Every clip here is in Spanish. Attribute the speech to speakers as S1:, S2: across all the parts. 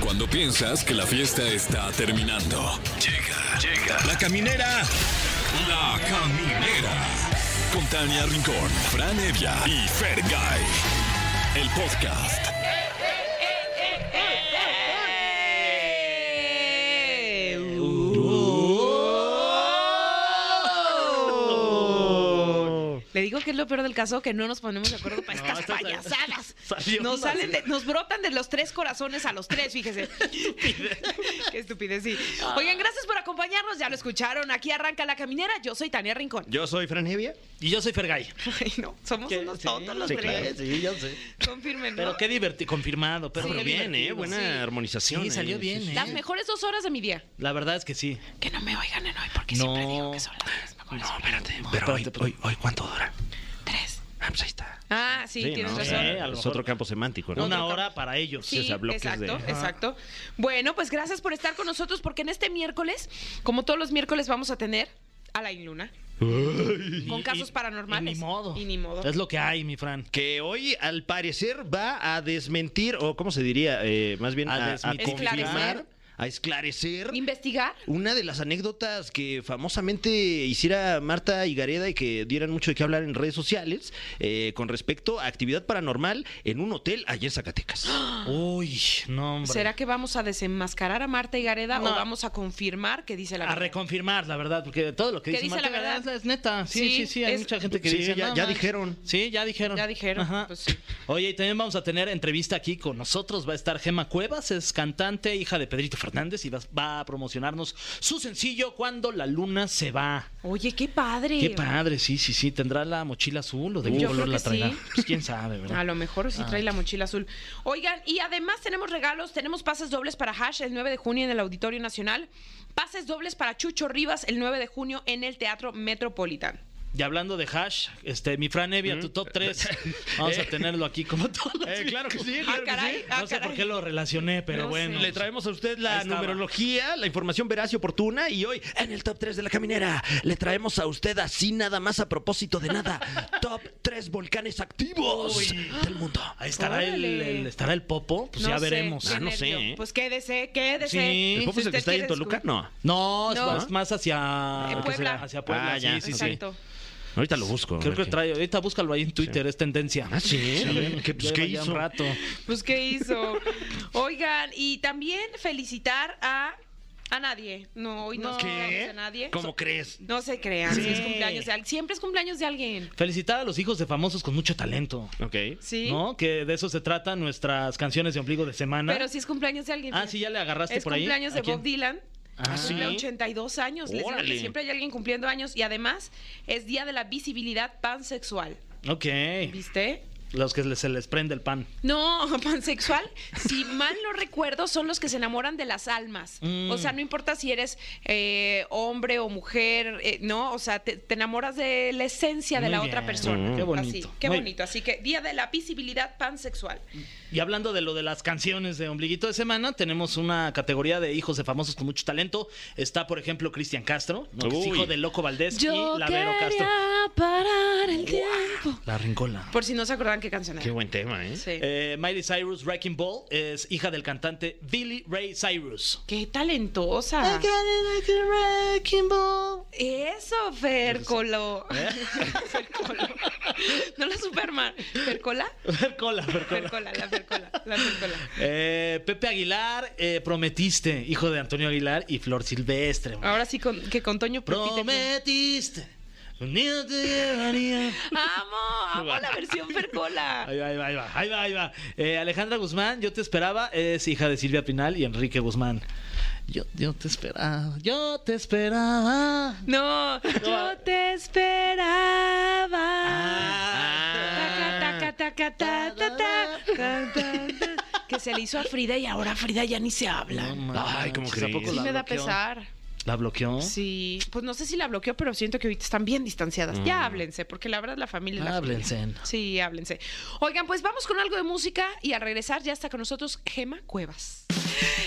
S1: Cuando piensas que la fiesta está terminando. Llega, llega. La caminera. La caminera. Con Tania Rincón, Fran Evia y Fergay El podcast.
S2: Le digo que es lo peor del caso que no nos ponemos de acuerdo para estas
S3: esto sal-
S2: payasadas.
S3: salió
S2: Nos
S3: mal.
S2: salen, de- nos brotan de los tres corazones a los tres, fíjese. Qué estupidez, sí.
S3: Ah.
S2: Oigan, gracias por acompañarnos, ya lo escucharon. Aquí arranca la caminera. Yo soy Tania Rincón.
S3: Yo soy Fran Evia.
S4: Y yo soy Fergay.
S2: Ay, no, somos unos tontos los
S3: sí,
S2: tres.
S3: claro, sí, yo sé.
S2: Confirmen,
S4: Pero
S2: ¿no?
S4: qué divertido, confirmado, pero,
S2: Sí,
S4: pero
S2: qué
S4: bien, ¿eh?
S2: divertido,
S4: Buena
S2: sí.
S4: armonización.
S3: Sí,
S4: ¿eh?
S3: salió bien,
S4: sí.
S2: Las mejores dos horas de mi día.
S4: La verdad es que sí.
S2: Que no me oigan en hoy, porque
S4: No.
S2: siempre digo que son las diez. me acuerdo.
S4: No, espérate. pero hoy, hoy, hoy, ¿cuánto dura?
S2: Tres.
S4: Ah, pues ahí está. Eh,
S2: Ah, sí,
S3: Sí,
S2: tienes
S3: ¿no?
S2: razón.
S3: Sí,
S4: a lo
S3: es
S4: mejor.
S3: otro campo semántico, ¿no?
S2: No,
S4: Una
S2: otro
S4: hora
S2: campo.
S4: para ellos.
S2: Sí,
S3: o sea, bloques de-
S2: exacto,
S3: Ajá.
S2: exacto. Bueno, pues gracias por estar con nosotros porque en este miércoles, como todos los miércoles, vamos a tener a la Inluna con
S4: Y-
S2: casos
S4: y-
S2: paranormales.
S4: Y ni modo.
S2: Y ni modo.
S4: Es lo que hay, mi Fran.
S3: Que hoy, al parecer, va a desmentir, o ¿cómo se diría? Eh, más bien,
S4: A
S3: a, a
S4: desmitificar.
S3: confirmar,
S2: Esclarecer.
S3: a esclarecer.
S2: Investigar.
S3: Una de las anécdotas que famosamente hiciera Marta Higareda y que dieran mucho de qué hablar en redes sociales eh, con respecto a actividad paranormal en un hotel allá en Zacatecas.
S4: Uy, no, hombre.
S2: ¿Será que vamos a desenmascarar a Marta y Gareda
S4: No.
S2: o vamos a confirmar que dice la
S4: A
S2: verdad?
S4: reconfirmar, la verdad, porque todo lo que
S2: ¿Qué
S4: dice
S2: dice la
S4: Marta
S2: verdad?
S4: Gareda es neta. Sí,
S2: Sí,
S4: sí, sí, hay
S2: es-
S4: mucha gente que
S3: Sí,
S4: dice.
S3: ya-
S4: "No,
S3: ya
S4: man".
S3: dijeron.
S4: Sí, ya dijeron.
S2: Ya dijeron, pues sí.
S4: Oye, y también vamos a tener entrevista aquí con nosotros. Va a estar Gema Cuevas, es cantante, hija de Pedrito Fernández, y va, va a promocionarnos su sencillo Cuando la luna se va.
S2: Oye, qué padre.
S4: Qué padre, sí, sí, sí. ¿Tendrá la mochila azul o de qué
S2: Yo
S4: color
S2: creo
S4: la
S2: que
S4: traerá?
S2: sí.
S4: Pues quién sabe, ¿verdad?
S2: A lo mejor sí
S4: Ah.
S2: trae la mochila azul. Oigan, y además tenemos regalos, tenemos pases dobles para Hash el 9 de junio en el Auditorio Nacional, pases dobles para Chucho Rivas el 9 de junio en el Teatro Metropolitano.
S4: Y hablando de hash, este, mi Fran Evia, tu top 3. Vamos a tenerlo aquí como todos. los
S3: Mm. Eh, claro que sí,
S2: Ah,
S3: claro que
S2: caray.
S3: sí.
S2: Ah,
S4: no sé
S2: caray.
S4: por qué lo relacioné, pero
S2: No
S4: bueno.
S2: sé.
S3: Le traemos a usted la
S4: Ahí estaba.
S3: numerología, la información veraz y oportuna. Y hoy, en el top 3 de la caminera, le traemos a usted así nada más a propósito de nada. top 3 volcanes activos del mundo.
S4: Ahí estará el,
S2: Órale.
S4: el- estará el popo, pues ya
S2: sé,
S4: veremos.
S2: qué
S3: Ah, no sé,
S2: nervio.
S3: ¿eh?
S2: Pues quédese, quédese.
S4: Sí.
S3: ¿El
S4: ¿El
S3: Popo es el
S2: usted
S3: que está ahí en
S2: quiere
S3: Toluca?
S2: descubrir-
S3: No.
S4: No,
S2: No.
S4: Es, más, más hacia
S2: En
S4: ¿qué
S2: Puebla.
S4: será? Hacia Puebla,
S3: Ah, ya,
S4: sí, sí, sí.
S2: Exacto.
S3: Ahorita lo busco.
S4: Creo que trae, ahorita búscalo ahí en Twitter, es tendencia.
S3: Ah, sí. A ver, ¿qué- pues,
S4: Lleva
S3: qué
S4: ya
S3: hizo?
S4: un rato.
S2: Pues qué hizo. Oigan, y también felicitar a a nadie. No, hoy no
S3: No.
S2: felicitamos
S3: ¿Qué?
S2: a nadie.
S3: ¿Cómo crees?
S2: No se crean,
S4: Sí.
S2: si es cumpleaños de alguien. Siempre es cumpleaños de alguien.
S4: Felicitar a los hijos de famosos con mucho talento.
S3: Ok.
S2: Sí.
S4: ¿No? Que de eso se trata nuestras canciones de ombligo de semana.
S2: Pero si es cumpleaños de alguien. pues
S4: ah,
S2: fíjate.
S4: sí, ya le agarraste
S2: es
S4: por ahí.
S2: cumpleaños
S4: ¿A
S2: de
S4: quién?
S2: Bob Dylan.
S4: Ah,
S3: sí.
S2: Cumple 82 años. Les digo que
S3: Órale.
S2: siempre hay alguien cumpliendo años. Y además es día de la visibilidad pansexual.
S4: Ok.
S2: ¿Viste?
S4: Los que se les prende el pan.
S2: No, pansexual, si mal no recuerdo, son los que se enamoran de las almas.
S4: Mm.
S2: O sea, no importa si eres eh, hombre o mujer, eh, ¿no? O sea, te, te enamoras de la esencia de
S4: Muy
S2: la
S4: bien.
S2: otra persona.
S4: Mm. Qué bonito.
S2: Así, qué
S4: Muy-
S2: bonito. Así que día de la visibilidad pansexual.
S4: Y hablando de lo de las canciones de Ombliguito de Semana, tenemos una categoría de hijos de famosos con mucho talento. Está, por ejemplo, Cristian Castro, ¿no? que es
S3: Uy.
S4: hijo de Loco Valdés
S2: Yo
S4: y Lavero Castro.
S2: quería parar el tiempo.
S4: La Rincola.
S2: Por si no se acuerdan qué canción era.
S3: Qué buen tema, ¿eh?
S2: Sí.
S4: Eh, Miley Cyrus, Wrecking Ball, es hija del cantante Billy Ray Cyrus.
S2: Qué talentosa. Eso, Fercolo. Fercolo. No la Superman. ¿Fercola?
S4: Percola, percola.
S2: Fercola, la Fercola, la Fercola.
S4: Eh, Pepe Aguilar, eh, Prometiste, hijo de Antonio Aguilar y Flor Silvestre. güey.
S2: Ahora sí con- que con Toño Pepita-
S4: Prometiste. unirte, María.
S2: Amo, amo la versión Fercola.
S4: Ahí va, ahí va, ahí va, ahí va, ahí va. Eh, Alejandra Guzmán, yo te esperaba, es hija de Silvia Pinal y Enrique Guzmán. Yo, yo te esperaba, yo te esperaba.
S2: No, yo te esperaba.
S3: Ah.
S2: Taca, taca, taca, ta, ta, ta, ta, ta, ta. Que se le hizo a Frida y ahora Frida ya ni se habla.
S3: Ay, ¿cómo
S4: manches, ¿a poco
S3: crees?
S2: Sí
S4: la
S2: me da
S4: bloqueó?
S2: pesar.
S4: ¿La bloqueó?
S2: Sí, pues no sé si la bloqueó, pero siento que ahorita están bien distanciadas. Ya háblense, porque la verdad la familia es la
S4: Háblense.
S2: familia. Sí, háblense. Oigan, pues vamos con algo de música y al regresar ya está con nosotros Gema Cuevas.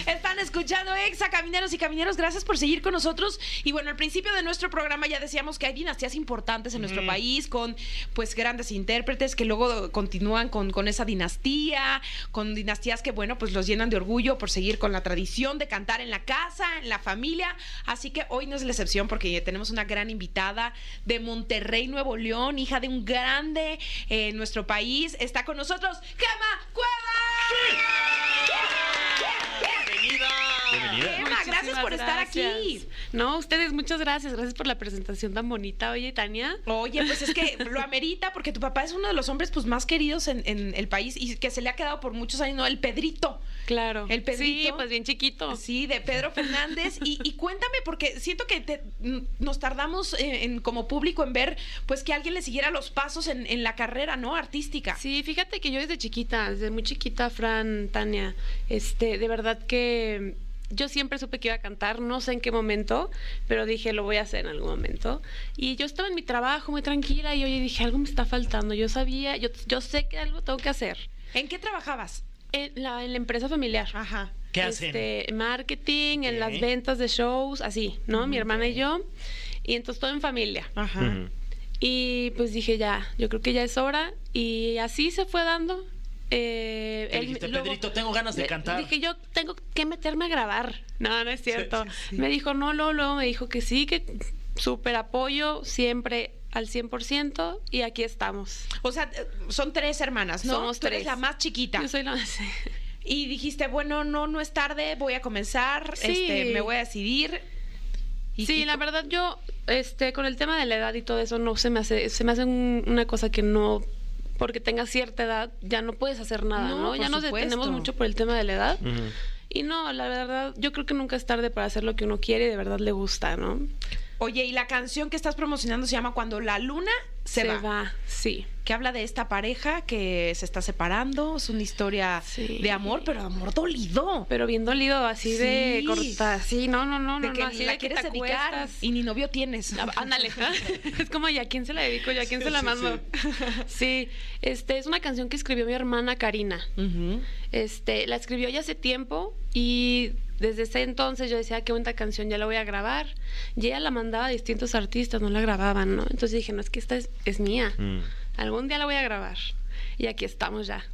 S2: Están escuchando Exa, camineros y camineros, gracias por seguir con nosotros. Y bueno, al principio de nuestro programa ya decíamos que hay dinastías importantes en nuestro país, con pues grandes intérpretes que luego continúan con, con esa dinastía, con dinastías que bueno, pues los llenan de orgullo por seguir con la tradición de cantar en la casa, en la familia. Así que hoy no es la excepción porque tenemos una gran invitada de Monterrey, Nuevo León, hija de un grande eh, en nuestro país. Está con nosotros Gema Cueva.
S4: Bienvenida.
S3: Bienvenida.
S2: Emma,
S5: Muchísimas
S2: gracias por estar
S5: gracias.
S2: aquí.
S5: No, ustedes, muchas gracias. Gracias por la presentación tan bonita. Oye, Tania.
S2: Oye, pues es que lo amerita porque tu papá es uno de los hombres pues más queridos en, en el país y que se le ha quedado por muchos años, ¿no? El Pedrito.
S5: Claro.
S2: El Pedrito.
S5: Sí, pues bien chiquito.
S2: Sí, de Pedro Fernández. Y, y cuéntame, porque siento que te- n- nos tardamos en, en- como público en ver pues que alguien le siguiera los pasos en, en la carrera, ¿no? Artística.
S5: Sí, fíjate que yo desde chiquita, desde muy chiquita, Fran, Tania, este, de verdad que yo siempre supe que iba a cantar, no sé en qué momento, pero dije, lo voy a hacer en algún momento. Y yo estaba en mi trabajo muy tranquila y oye, dije, algo me está faltando. Yo sabía, yo, yo sé que algo tengo que hacer.
S2: ¿En qué trabajabas?
S5: En la, en la empresa familiar.
S2: Ajá.
S4: ¿Qué hacen?
S5: Este, marketing, en las
S4: Ok.
S5: ventas de shows, así, ¿no? Mi hermana y yo. Y entonces todo en familia.
S2: Ajá.
S3: Ujú.
S5: Y pues dije, ya, yo creo que ya es hora. Y así se fue dando. Eh,
S4: Te dijiste, Pedrito, tengo ganas de
S5: le-
S4: cantar.
S5: Dije, yo tengo que meterme a grabar. No, no es cierto. Me dijo, no, Lolo, me dijo que sí, que súper apoyo, siempre al 100%. Y aquí estamos.
S2: O sea, eh, son tres hermanas, ¿no?
S5: Somos
S2: Tú eres
S5: tres.
S2: la más chiquita.
S5: Yo soy la
S2: Y dijiste, bueno, no, no es tarde, voy a comenzar,
S5: Sí.
S2: este, me voy a decidir. Y-
S5: Sí,
S2: y
S5: la verdad yo, este, con el tema de la edad y todo eso, no se me hace, se me hace un- una cosa que no, porque tengas cierta edad, ya no puedes hacer nada,
S2: No,
S5: ¿no?
S2: por
S5: ya nos
S2: supuesto.
S5: detenemos mucho por el tema de la edad.
S3: Ujú.
S5: Y no, la verdad, yo creo que nunca es tarde para hacer lo que uno quiere y de verdad le gusta, ¿no?
S2: Oye, y la canción que estás promocionando se llama Cuando la luna se, va.
S5: sí.
S2: Que habla de esta pareja que se está separando. Es una historia
S5: Sí.
S2: de amor, pero de amor dolido.
S5: Pero bien dolido, así de
S2: Sí.
S5: corta, sí, no, no, no,
S2: de
S5: no,
S2: que
S5: no, así
S2: la
S5: de que
S2: quieres
S5: te
S2: dedicar
S5: acuestas.
S2: y ni novio tienes.
S5: Ah, Ándale. es como, ¿y a quién se la dedico? ¿Y a quién se la mando? Sí. este es una canción que escribió mi hermana Karina.
S2: Ujú.
S5: Este, la escribió ya hace tiempo y desde ese entonces yo decía, "Ah, qué bonita canción, ya la voy a grabar. Y ella la mandaba a distintos artistas, no la grababan, ¿no? Entonces dije, no, es que esta es, es mía.
S3: Mm.
S5: Algún día la voy a grabar. Y aquí estamos ya.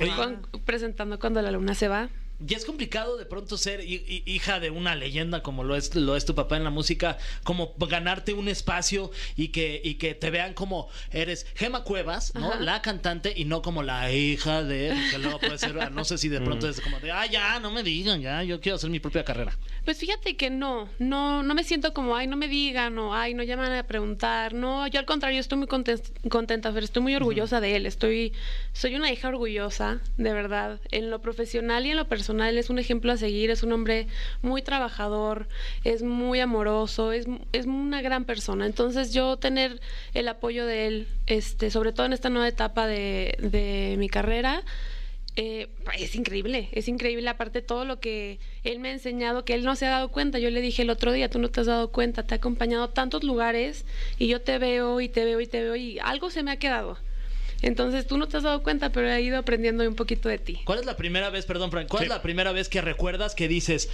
S4: Oye.
S5: Con- presentando cuando la luna se va.
S4: Y es complicado de pronto ser hi- hi- hija de una leyenda como lo es, lo es tu papá en la música, como ganarte un espacio y que, y que te vean como eres Gema Cuevas, ¿no?
S5: Ajá.
S4: La cantante y no como la hija de, que luego puede ser, ah, no sé si de pronto es como de, ah, ya, no me digan, ya, yo quiero hacer mi propia carrera.
S5: Pues fíjate que no, no, no me siento como, ay, no me digan, o ay, no llaman a preguntar, no, yo al contrario estoy muy contes- contenta, pero estoy muy orgullosa de él, estoy, soy una hija orgullosa, de verdad, en lo profesional y en lo personal es un ejemplo a seguir, es un hombre muy trabajador, es muy amoroso, es, es una gran persona, entonces yo tener el apoyo de él, este, sobre todo en esta nueva etapa de, de mi carrera, eh, es increíble, es increíble. Aparte, todo lo que él me ha enseñado, que él no se ha dado cuenta. Yo le dije el otro día, tú no te has dado cuenta, te ha acompañado a tantos lugares y yo te veo y te veo y te veo y algo se me ha quedado. Entonces, tú no te has dado cuenta, pero he ido aprendiendo un poquito de ti.
S4: ¿Cuál es la primera vez, perdón, Frank, cuál
S3: Sí.
S4: es la primera vez que recuerdas que dices,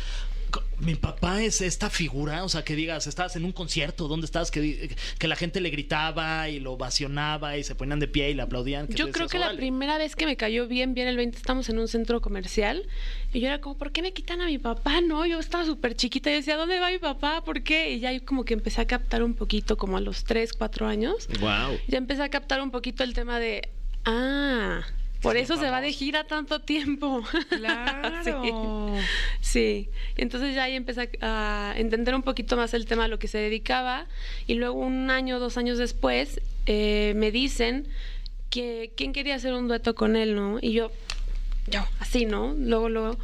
S4: "Co- mi papá es esta figura? O sea, que digas, estabas en un concierto, ¿dónde estabas? Que, di- que la gente le gritaba y lo ovacionaba y se ponían de pie y le aplaudían.
S5: Yo
S4: decías,
S5: creo que la
S4: "Órale".
S5: primera vez que me cayó bien, bien el 20, estamos en un centro comercial y yo era como, ¿por qué me quitan a mi papá? No, yo estaba súper chiquita y decía, ¿dónde va mi papá? ¿Por qué? Y ya yo como que empecé a captar un poquito, como a los 3, 4 años.
S3: Wow.
S5: ya empecé a captar un poquito el tema de, ah, por eso se va de gira tanto tiempo.
S2: Claro.
S5: sí. sí. Entonces ya ahí empecé a a entender un poquito más el tema a lo que se dedicaba y luego un año, dos años después eh, me dicen que quién quería hacer un dueto con él, ¿no? Y yo, yo, así, ¿no? Luego, luego.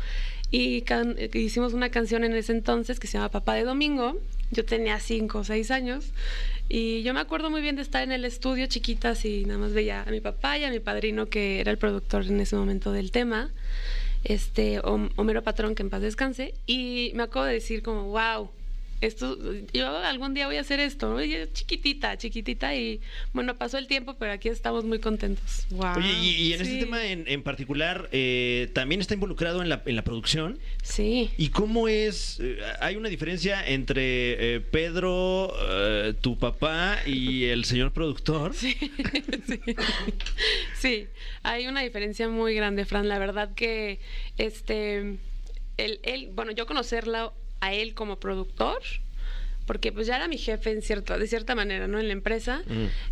S5: Y can- eh, hicimos una canción en ese entonces que se llama Papá de Domingo. Yo tenía cinco o seis años. Y yo me acuerdo muy bien de estar en el estudio chiquitas y nada más veía a mi papá y a mi padrino, que era el productor en ese momento del tema, este Hom- Homero Patrón, que en paz descanse. Y me acabo de decir como, wow, esto, yo algún día voy a hacer esto, ¿no? Y yo, chiquitita, chiquitita y bueno, pasó el tiempo, pero aquí estamos muy contentos.
S2: Wow.
S3: Oye, y, y en
S2: Ah,
S3: este
S5: sí.
S3: tema en, en particular, eh, también está involucrado en la, en la producción.
S5: Sí.
S3: ¿Y cómo es? eh, ¿Hay una diferencia entre eh, Pedro, eh, tu papá y el señor productor?
S5: sí. Sí, hay una diferencia muy grande, Fran. La verdad que este él, él- bueno, yo conocerla a él como productor, porque pues ya era mi jefe en cierto, de cierta manera, ¿no? En la empresa,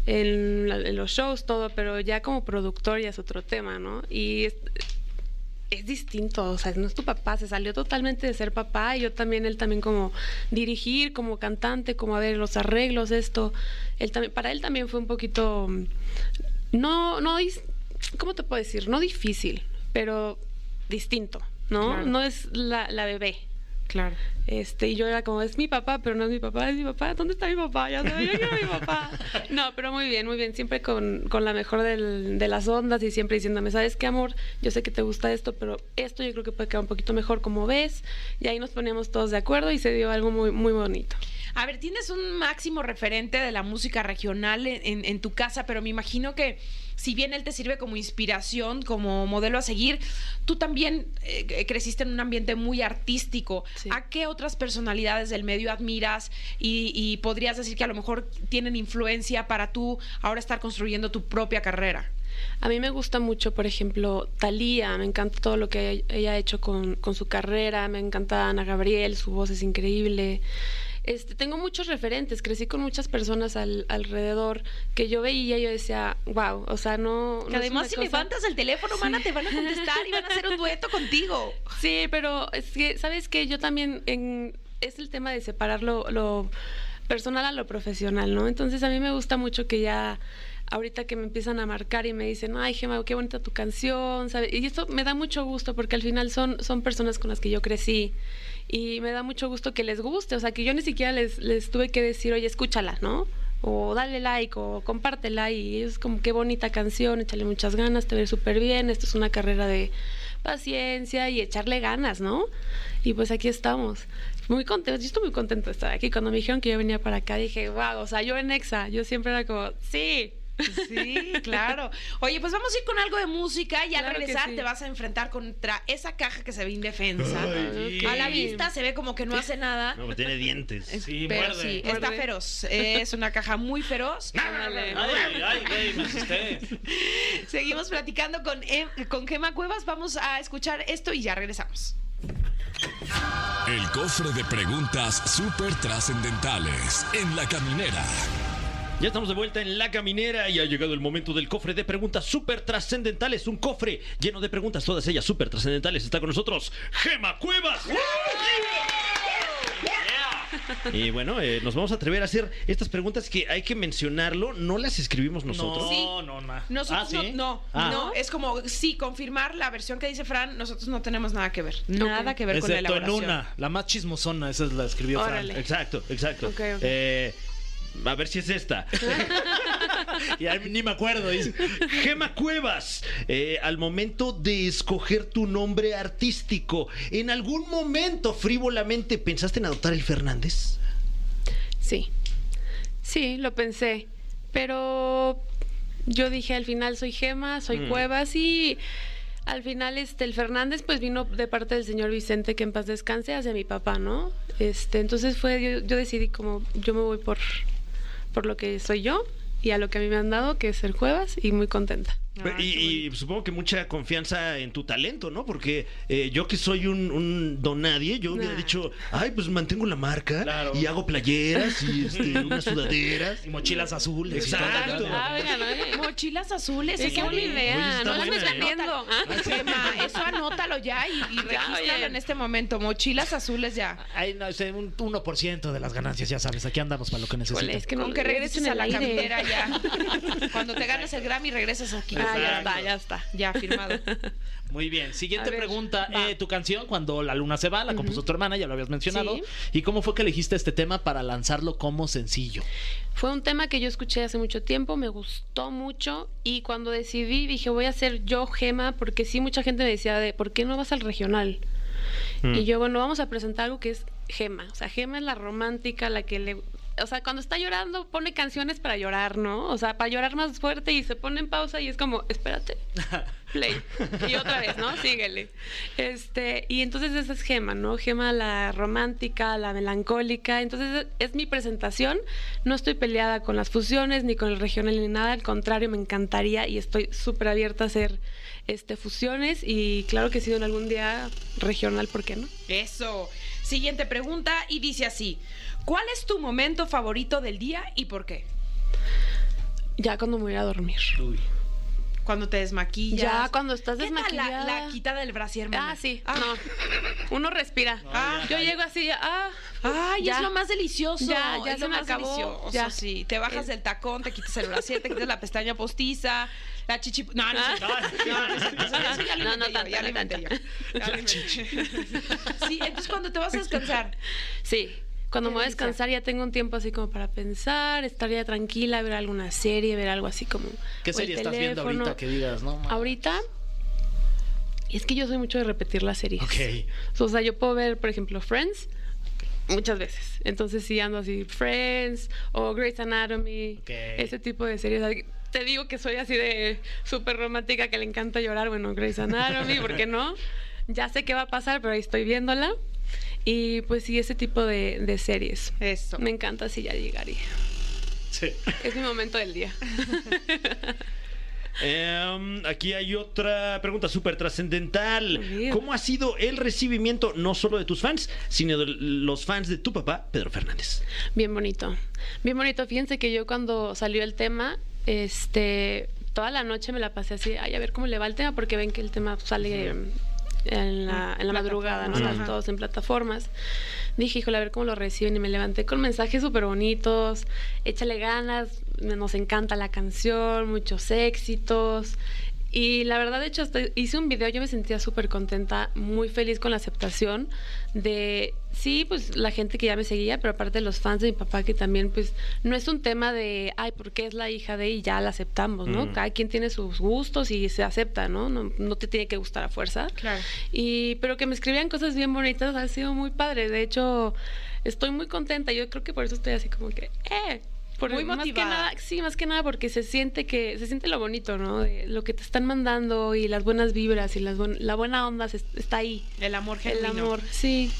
S5: en, la- en los shows, todo, pero ya como productor ya es otro tema, ¿no? Y es, es distinto, o sea, no es tu papá, se salió totalmente de ser papá y yo también, él también como dirigir, como cantante, como a ver los arreglos, esto, él también, para él también fue un poquito, mm, no, no, dis- ¿cómo te puedo decir? No difícil, pero distinto, ¿no?
S2: Claro.
S5: No es la, la bebé.
S2: Claro.
S5: Este, y yo era como, es mi papá, pero no es mi papá, es mi papá, ¿dónde está mi papá? Ya sabes, yo quiero a mi papá. No, pero muy bien, muy bien, siempre con, con la mejor del- de las ondas y siempre diciéndome, ¿sabes qué, amor? Yo sé que te gusta esto, pero esto yo creo que puede quedar un poquito mejor como ves. Y ahí nos poníamos todos de acuerdo y se dio algo muy, muy bonito.
S2: A ver, tienes un máximo referente de la música regional en, en- en tu casa, pero me imagino que si bien él te sirve como inspiración, como modelo a seguir, tú también eh, creciste en un ambiente muy artístico.
S5: Sí.
S2: ¿A qué otras personalidades del medio admiras y, y podrías decir que a lo mejor tienen influencia para tú ahora estar construyendo tu propia carrera?
S5: A mí me gusta mucho, por ejemplo, Thalía, me encanta todo lo que ella ha hecho con, con su carrera, me encanta Ana Gabriel, su voz es increíble. Este, tengo muchos referentes, crecí con muchas personas al- alrededor que yo veía y yo decía, wow, o sea, no... no
S2: Que
S5: es
S2: además
S5: una
S2: si
S5: cosa-
S2: levantas el teléfono, mana, te van a contestar y van a hacer un dueto contigo.
S5: Sí, pero es que, ¿sabes qué? Yo también, en, es el tema de separar lo, lo personal a lo profesional, ¿no? Entonces a mí me gusta mucho que ya, ahorita que me empiezan a marcar y me dicen, ay, Gemma, qué bonita tu canción, ¿sabes? Y esto me da mucho gusto porque al final son, son personas con las que yo crecí y me da mucho gusto que les guste, o sea, que yo ni siquiera les, les tuve que decir, oye, escúchala, ¿no? O dale like o compártela y ellos como qué bonita canción, échale muchas ganas, te ve súper bien, esto es una carrera de paciencia y echarle ganas, ¿no? Y pues aquí estamos. Muy contenta, yo estoy muy contenta de estar aquí. Cuando me dijeron que yo venía para acá, dije, wow, o sea, yo en Exa, yo siempre era como, sí.
S2: Sí, claro. Oye, pues vamos a ir con algo de música y al
S5: Claro que
S2: regresar
S5: sí.
S2: te vas a enfrentar contra esa caja que se ve indefensa.
S5: Ay,
S2: A la
S5: ok.
S2: vista se ve como que no hace nada.
S3: No, pues tiene dientes.
S4: Sí,
S2: pero
S4: muerde.
S2: sí,
S5: Muerde.
S2: está feroz. Es una caja muy feroz.
S5: Ándale.
S4: Ay, ay, güey, me asusté.
S2: Seguimos platicando con, Em- con Gema Cuevas. Vamos a escuchar esto y ya regresamos.
S1: El cofre de preguntas súper trascendentales en la caminera.
S3: Ya estamos de vuelta en La Caminera y ha llegado el momento del cofre de preguntas súper trascendentales. Un cofre lleno de preguntas, todas ellas súper trascendentales. Está con nosotros Gema Cuevas. Y bueno, eh, nos vamos a atrever a hacer estas preguntas que hay que mencionarlo, no las escribimos nosotros.
S2: Sí.
S4: No, no, no.
S2: Nosotros
S4: Ah, ¿sí?
S2: no, no,
S4: Ah.
S2: no, es como sí confirmar la versión que dice Fran, nosotros no tenemos nada que ver, nada que ver con la
S4: Excepto en
S2: elaboración.
S4: una, la más chismosona, esa es la escribió Fran.
S5: Órale.
S3: Exacto, exacto.
S5: Ok, ok.
S3: Eh, a ver si es esta.
S4: Y ahí ni me acuerdo. dice.
S3: Gema Cuevas, eh, al momento de escoger tu nombre artístico, ¿en algún momento frívolamente pensaste en adoptar el Fernández?
S5: Sí, sí, lo pensé. Pero yo dije, al final soy Gema, soy Cuevas y al final este, el Fernández pues vino de parte del señor Vicente, que en paz descanse, hacia mi papá, ¿no? Este, entonces fue, yo, yo decidí como, yo me voy por, por lo que soy yo y a lo que a mí me han dado, que es ser Cuevas, y muy contenta.
S2: Ay, qué
S3: y, y supongo que mucha confianza en tu talento, ¿no? Porque eh, yo que soy un, un don nadie, yo hubiera
S5: Nah.
S3: dicho, ay, pues mantengo la marca
S4: Claro.
S3: y hago playeras y este, unas sudaderas.
S4: Y mochilas azules. y todo.
S3: Exacto.
S5: Ah, oigan,
S2: eh.
S5: oigan.
S2: Mochilas azules,
S5: Es
S2: qué
S5: que buena
S2: bonito.
S3: Oye,
S5: idea,
S3: está
S5: no las
S3: buena,
S5: estoy
S3: ¿eh?
S5: viendo.
S2: Ay, Chema, eso anótalo ya y, y regístralo
S5: ¿ah? oye.
S2: en este momento. Mochilas azules ya.
S4: Ay, no, es un 1% de las ganancias, ya sabes. Aquí andamos para lo que necesitas.
S5: Híjole, es que no-
S2: Con que regreses
S5: en
S2: a la
S5: el aire.
S2: caminera ya. Cuando te ganes el Grammy regresas aquí.
S5: Ah, ya
S4: Exacto.
S5: está, ya está.
S2: Ya, firmado.
S4: Muy bien, siguiente
S5: A ver,
S4: pregunta.
S5: va.
S4: Eh, tu canción, Cuando la luna se va, la compuso tu hermana, ya lo habías mencionado.
S5: Sí.
S4: ¿Y cómo fue que elegiste este tema para lanzarlo como sencillo?
S5: Fue un tema que yo escuché hace mucho tiempo, me gustó mucho y cuando decidí dije voy a ser yo Gema Mm.
S3: Mm.
S5: porque sí mucha gente me decía de ¿por qué no vas al regional? Y yo bueno, vamos a presentar algo que es Gema. O sea, Gema es la romántica, la que le. O sea, cuando está llorando, pone canciones para llorar, ¿no? O sea, para llorar más fuerte y se pone en pausa y es como, espérate, play. Y otra vez, ¿no? Síguele. Este, y entonces esa es Gema, ¿no? Gema la romántica, la melancólica. Entonces es mi presentación. No estoy peleada con las fusiones ni con el regional ni nada. Al contrario, me encantaría y estoy súper abierta a hacer este, fusiones. Y claro que si en algún día regional, ¿por qué no?
S2: Eso. Siguiente pregunta y dice así: ¿Cuál es tu momento favorito del día y por qué?
S5: Ya cuando me voy a dormir.
S4: Uy.
S2: Cuando te desmaquillas.
S5: Ya, cuando estás
S2: ¿Qué tal la,
S5: desmaquillada.
S2: la quitada del brasier, mana?
S5: Ah, sí. No. Uno respira.
S2: Ah.
S5: Yo llego así, ah.
S2: Ay,
S5: ya.
S2: es lo más delicioso.
S5: Ya, ya
S2: es
S5: se
S2: lo
S5: me
S2: más
S5: acabó,
S2: delicioso,
S5: ya.
S2: sí. Te bajas
S5: Es-
S2: del tacón, te quitas el brasier, te quitas la pestaña postiza, la chichi... No, no, es cierto. no, no, es cierto. Eso- eso ya
S5: No,
S2: alimenté
S5: no
S2: yo,
S5: tanto,
S2: ya
S5: Ah. no
S2: alimenté
S5: tanto.
S2: yo. Ya alimenté. Sí, entonces cuando te vas a descansar.
S5: Sí. Cuando
S2: Qué
S5: me voy a
S2: risa.
S5: descansar ya tengo un tiempo así como para pensar, estar ya tranquila, ver alguna serie, ver algo así como.
S4: ¿Qué
S5: o el
S4: serie estás viendo
S5: teléfono.
S4: ahorita que digas, no? ma-
S5: Ahorita. Es que yo soy mucho de repetir las series.
S4: Ok.
S5: O sea, yo puedo ver, por ejemplo, Friends muchas veces. Entonces sí ando así, Friends o Grey's Anatomy,
S4: Ok.
S5: ese tipo de series. Ay, Te digo que soy así de súper romántica que le encanta llorar. Bueno, Grey's Anatomy, ¿por qué no? Ya sé qué va a pasar, pero ahí estoy viéndola. Y pues sí, ese tipo de, de series.
S2: Eso.
S5: Me encanta así ya llegar y
S4: Sí.
S5: es mi momento del día.
S3: Em, aquí hay otra pregunta súper trascendental.
S5: Bien.
S3: ¿Cómo ha sido el recibimiento no solo de tus fans, sino de los fans de tu papá, Pedro Fernández?
S5: Bien bonito. Bien bonito. Fíjense que yo cuando salió el tema, este, toda la noche me la pasé así, ay, a ver cómo le va el tema, porque ven que el tema sale em, en la, en la madrugada, ¿no?
S2: Plataformas.
S5: Las- Todos en plataformas. Dije, híjole, a ver cómo lo reciben. Y me levanté con mensajes súper bonitos. Échale ganas, me- nos encanta la canción, muchos éxitos. Y la verdad, de hecho, hasta hice un video, yo me sentía súper contenta, muy feliz con la aceptación de, sí, pues la gente que ya me seguía, pero aparte los fans de mi papá, que también, pues, no es un tema de, ay, porque es la hija de y ya la aceptamos, ¿no?
S3: Mm.
S5: Cada quien tiene sus gustos y se acepta, ¿no? No, no te tiene que gustar a fuerza.
S2: Claro.
S5: Y, pero que me escribían cosas bien bonitas ha sido muy padre. De hecho, estoy muy contenta. Yo creo que por eso estoy así como que, ¡eh! Por,
S2: Muy
S5: más que
S2: motivada.
S5: nada, sí, más que nada porque se siente que se siente lo bonito, ¿no? De lo que te están mandando y las buenas vibras y las buen- la buena onda se- está ahí.
S2: El amor genuino.
S5: El amor, sí.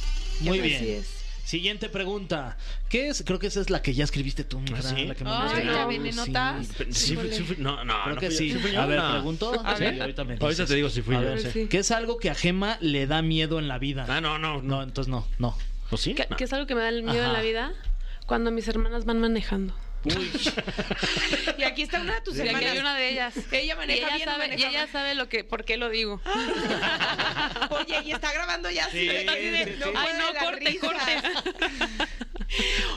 S4: Muy
S5: Así
S4: bien.
S5: es.
S4: Siguiente pregunta. ¿Qué es? Creo que esa es la que ya escribiste tú, ¿no?
S3: ¿Ah, sí?
S4: La que me
S2: Ay,
S4: mencionaste.
S2: ya ven, ¿eh,
S4: Sí.
S2: notas?
S3: Sí, fui- sí fui- no, no,
S4: Creo
S3: Ah, no
S4: que
S3: fui yo,
S4: sí.
S3: fui yo,
S4: A ver,
S3: no.
S4: pregunto.
S2: A
S4: Sí,
S2: ver.
S4: ahorita me
S3: Ahorita
S4: dices.
S3: te digo si fui
S4: A
S3: yo.
S4: ver,
S5: sí.
S4: ¿Qué es algo que a Gema le da miedo en la vida?
S3: Ah, no, no,
S4: No,
S3: no.
S4: entonces no, no.
S3: ¿O sí?
S5: Que,
S3: No.
S5: que es algo que me da el miedo en
S4: Ajá.
S5: la vida cuando mis hermanas van manejando.
S2: Y aquí está una de tus
S5: Y aquí
S2: hermanas.
S5: hay una de ellas.
S2: Ella maneja Ah.
S5: y ella
S2: bien,
S5: sabe,
S2: manejaba.
S5: y ella sabe lo que, por qué lo digo.
S2: Oye, y está grabando ya así.
S4: Sí,
S2: está así de,
S4: sí, sí.
S2: no
S5: Ay,
S2: puede
S5: no,
S2: la
S5: corte,
S2: risa.
S5: corte.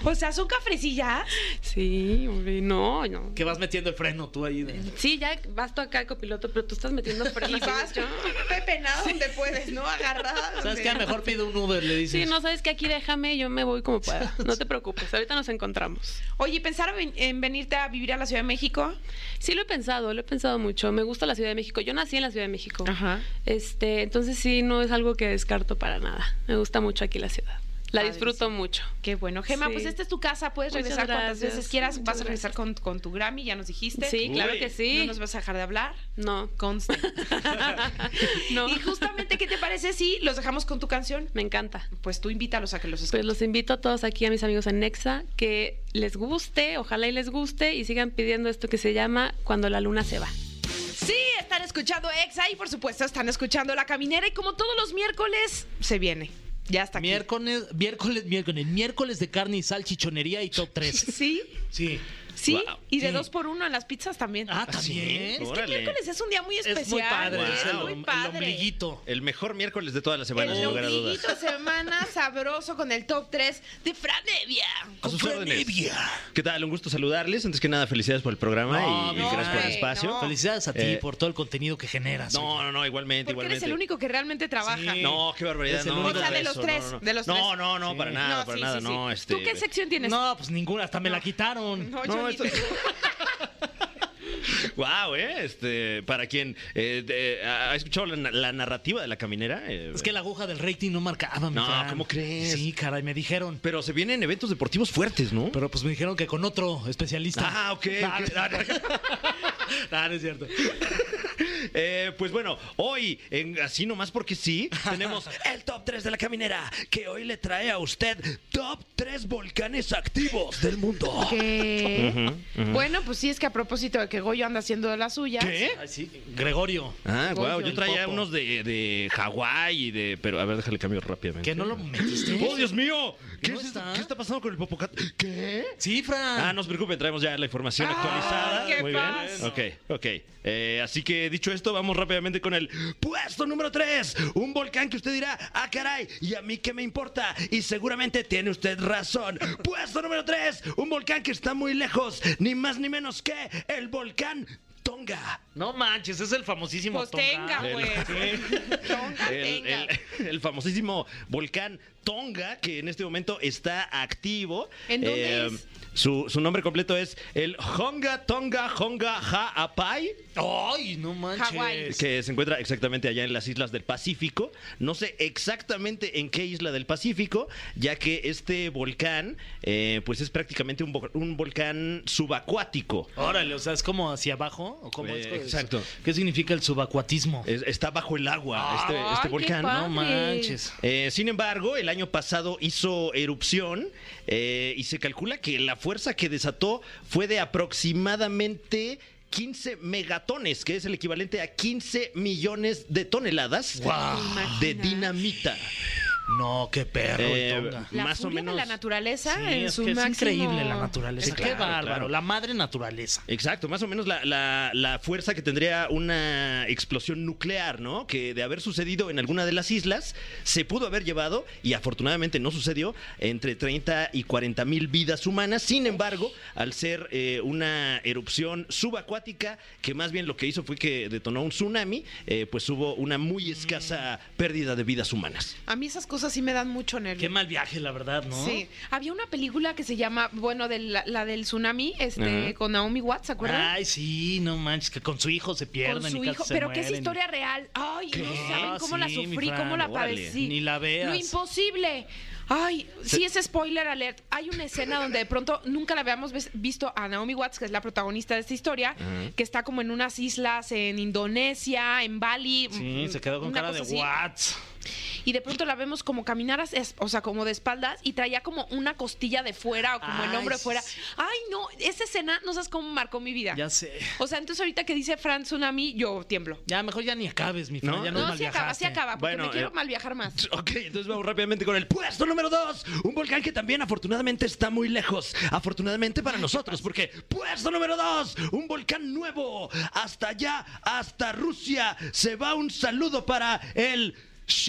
S2: O sea, ¿son cafrecillas?
S5: Sí, hombre, no, no.
S4: Que vas metiendo el freno tú ahí. de-
S5: Sí, ya vas tú acá copiloto, pero tú estás metiendo freno.
S2: Y vas
S5: yo.
S2: pepenada donde puedes, ¿no? Agarrada donde...
S4: ¿Sabes qué? Mejor pido un Uber, le dices.
S5: Sí, no sabes que aquí déjame, yo me voy como pueda. No te preocupes, ahorita nos encontramos.
S2: Oye, ¿y ¿pensaron en, en venirte a vivir a la Ciudad de México?
S5: Sí, lo he pensado, lo he pensado mucho. Me gusta la Ciudad de México. Yo nací en la Ciudad de México.
S2: Ajá.
S5: Este, entonces sí, no es algo que descarto para nada. Me gusta mucho aquí la ciudad. La
S2: Padrísimo.
S5: disfruto mucho.
S2: Qué bueno. Gema,
S5: Sí.
S2: pues esta es tu casa, puedes
S5: Muchas
S2: regresar cuantas
S5: gracias,
S2: veces quieras.
S5: muchas
S2: vas a regresar con, con tu Grammy, ya nos dijiste.
S5: Sí, claro que
S2: No
S5: sí.
S2: nos vas a dejar de hablar.
S5: No.
S2: Conste.
S5: No.
S2: Y justamente, ¿qué te parece si los dejamos con tu canción?
S5: Me encanta.
S2: Pues tú invítalos a que los
S5: Pues
S2: escuchen.
S5: los invito a todos aquí, a mis amigos en Nexa, que les guste, ojalá y les guste, y sigan pidiendo esto que se llama Cuando la luna se va.
S2: Sí, están escuchando Exa y por supuesto están escuchando La Caminera y como todos los miércoles se viene. Ya está aquí.
S4: Miércoles, miércoles, miércoles, miércoles de carne y salchichonería y top 3.
S2: Sí,
S4: Sí.
S2: sí.
S3: Wow.
S2: Y de
S4: Sí.
S2: dos por uno en las pizzas también.
S4: Ah,
S3: sí?
S4: también.
S2: es que
S3: órale.
S2: miércoles es un día muy especial.
S4: Es muy padre, es el,
S3: Wow.
S2: muy
S4: om- el
S2: padre.
S4: ombliguito.
S3: El mejor miércoles de toda la semana, sin
S2: el
S3: lugar a dudas.
S2: ombliguito semana sabroso con el top 3 de Franevia.
S3: A sus
S4: Con
S3: órdenes.
S4: Franevia.
S3: ¿Qué tal? Un gusto saludarles. Antes que nada, felicidades por el programa
S4: No,
S3: y,
S4: no,
S3: gracias por el
S4: hombre,
S3: espacio.
S2: no.
S4: Felicidades a ti
S3: Eh,
S4: por todo el contenido que generas.
S3: No, no, no, igualmente,
S2: Porque
S3: igualmente.
S2: eres el único que realmente trabaja.
S4: Sí.
S3: No, qué barbaridad.
S4: Eres el
S3: no,
S4: único
S3: no,
S4: O sea,
S2: de los
S3: eso, no,
S2: tres,
S3: No, no,
S2: de los
S3: no,
S2: tres.
S3: no, no, para nada, para
S2: sí,
S3: nada.
S2: sí, sí.
S3: No, este.
S2: ¿Tú qué sección tienes?
S4: No, pues ninguna, hasta me la
S2: No.
S4: quitaron.
S2: No, yo
S3: No,
S2: ni
S3: esto-
S2: tengo.
S3: Wow, ¿eh? Este, para quien eh, de- ha ha escuchado la, na- la narrativa de la caminera. eh,
S4: Es que la aguja del rating no marcaba, mi
S3: No,
S4: Fran.
S3: ¿cómo crees?
S4: Sí, caray, me dijeron.
S3: Pero se vienen eventos deportivos fuertes, ¿no?
S4: Pero pues me dijeron que con otro especialista.
S3: Ah, ok.
S4: Ah,
S3: ok.
S4: no, no. Ah, no es cierto.
S3: Eh, pues bueno, hoy, en, así nomás porque sí, tenemos el top 3 de la caminera, que hoy le trae a usted top 3 volcanes activos del mundo.
S2: ¿Qué? Bueno, pues sí, es que a propósito de que Goyo anda haciendo de las suyas.
S3: ¿Qué?
S4: Ay, sí, Gregorio.
S3: Ah,
S2: Goyo,
S3: wow, yo
S2: el
S3: traía
S4: popo.
S3: unos de, de Hawái y de. Pero a ver, déjale cambio rápidamente.
S4: ¿Que no lo metiste?
S3: ¡Oh, Dios mío! ¿Qué,
S4: ¿No
S3: es esto?
S4: está?
S3: ¿Qué está pasando con el Popocat? ¿Qué?
S4: Sí, Fran.
S3: Ah, no se preocupen, traemos ya la información
S2: Ay,
S3: actualizada.
S2: qué
S3: Muy
S2: pasa.
S3: bien. Ok, ok. Eh, así que dicho esto, vamos rápidamente con el puesto número 3. Un volcán que usted dirá, ah, caray, ¿y a mí qué me importa? Y seguramente tiene usted razón. puesto número 3. Un volcán que está muy lejos, ni más ni menos que el volcán Tonga.
S4: No manches, es el famosísimo
S2: Pues
S4: Tonga.
S2: tenga, pues. Tonga,
S3: El, este,
S2: tenga.
S3: el- el famosísimo volcán Tonga, que en este momento está activo. Eh,
S5: ¿En dónde es?
S3: Su, su nombre completo es el Honga Tonga Honga Ha'apai,
S4: Ay, no manches.
S2: Hawái.
S3: que se encuentra exactamente allá en las islas del Pacífico. No sé exactamente en qué isla del Pacífico, ya que este volcán, eh, pues es prácticamente un, vo- un volcán subacuático.
S4: Órale, o sea, es como hacia abajo o cómo es?
S3: Eh, exacto. Eh,
S4: ¿Qué significa el subacuatismo?
S3: Es- está bajo el agua este,
S5: Ay,
S3: este
S5: qué
S3: volcán.
S5: padre.
S4: No manches.
S3: Eh, sin embargo, el año pasado hizo erupción eh, y se calcula que la fuerza que desató fue de aproximadamente 15 megatones, que es el equivalente a 15 millones de toneladas
S4: Guau.
S3: de dinamita.
S4: No, qué perro
S3: Eh,
S4: el Tonga.
S2: La
S3: más o
S2: furia
S3: menos.
S2: de la naturaleza
S4: Sí,
S2: en
S4: es,
S2: su
S4: que es
S2: máximo...
S4: increíble la naturaleza.
S3: Sí, claro,
S4: qué bárbaro,
S3: claro. Eh,
S4: la madre naturaleza.
S3: Exacto, más o menos la, la- la fuerza que tendría una explosión nuclear, ¿no? Que de haber sucedido en alguna de las islas, se pudo haber llevado, y afortunadamente no sucedió, entre 30 y 40 mil vidas humanas. Sin embargo, al ser eh, una erupción subacuática, que más bien lo que hizo fue que detonó un tsunami, eh, pues hubo una muy escasa pérdida de vidas humanas.
S2: A mí esas cosas sí me dan mucho nervio.
S4: Qué mal viaje, la verdad, ¿no?
S2: Sí, había una película que se llama, bueno, de la, la del tsunami, este,
S3: Ajá.
S2: con Naomi Watts, ¿se acuerdan?
S4: Ay, sí, no manches, que con su hijo se pierden
S2: con su
S4: y casi
S2: hijo,
S4: se
S2: pero que es
S4: mueren.
S2: historia real. Ay, no
S4: ¿Qué? Ah,
S2: saben cómo la
S4: Sí, mi
S2: sufrí,
S4: Fran,
S2: cómo la
S3: órale,
S2: padecí.
S4: ni la veas.
S2: Lo imposible. Ay, sí es spoiler alert. Hay una escena donde de pronto nunca la habíamos ves- visto a Naomi Watts, que es la protagonista de esta historia, que está como en unas islas en Indonesia, en Bali.
S4: Sí,
S2: mm,
S4: se quedó con
S2: una
S4: cara de
S2: cosa así.
S4: what.
S2: Y de pronto la vemos como caminar, as- es- o sea, como de espaldas y traía como una costilla de fuera o como el
S4: Ay,
S2: hombro de
S4: sí,
S2: fuera.
S4: sí.
S2: Ay, no, esa escena no sabes cómo marcó mi vida.
S4: Ya sé.
S2: O sea, entonces ahorita que dice Fran Tsunami, yo tiemblo.
S4: Ya, mejor ya ni acabes, mi Fran,
S3: No,
S4: ya
S2: No,
S4: no,
S2: sí acaba, sí acaba, porque
S3: Bueno,
S2: me quiero
S3: eh,
S2: mal viajar más.
S3: Ok, entonces vamos rápidamente con el puesto número 2. Un volcán que también afortunadamente está muy lejos. Afortunadamente para nosotros, porque puesto número 2, un volcán nuevo. Hasta allá, hasta Rusia. Se va un saludo para el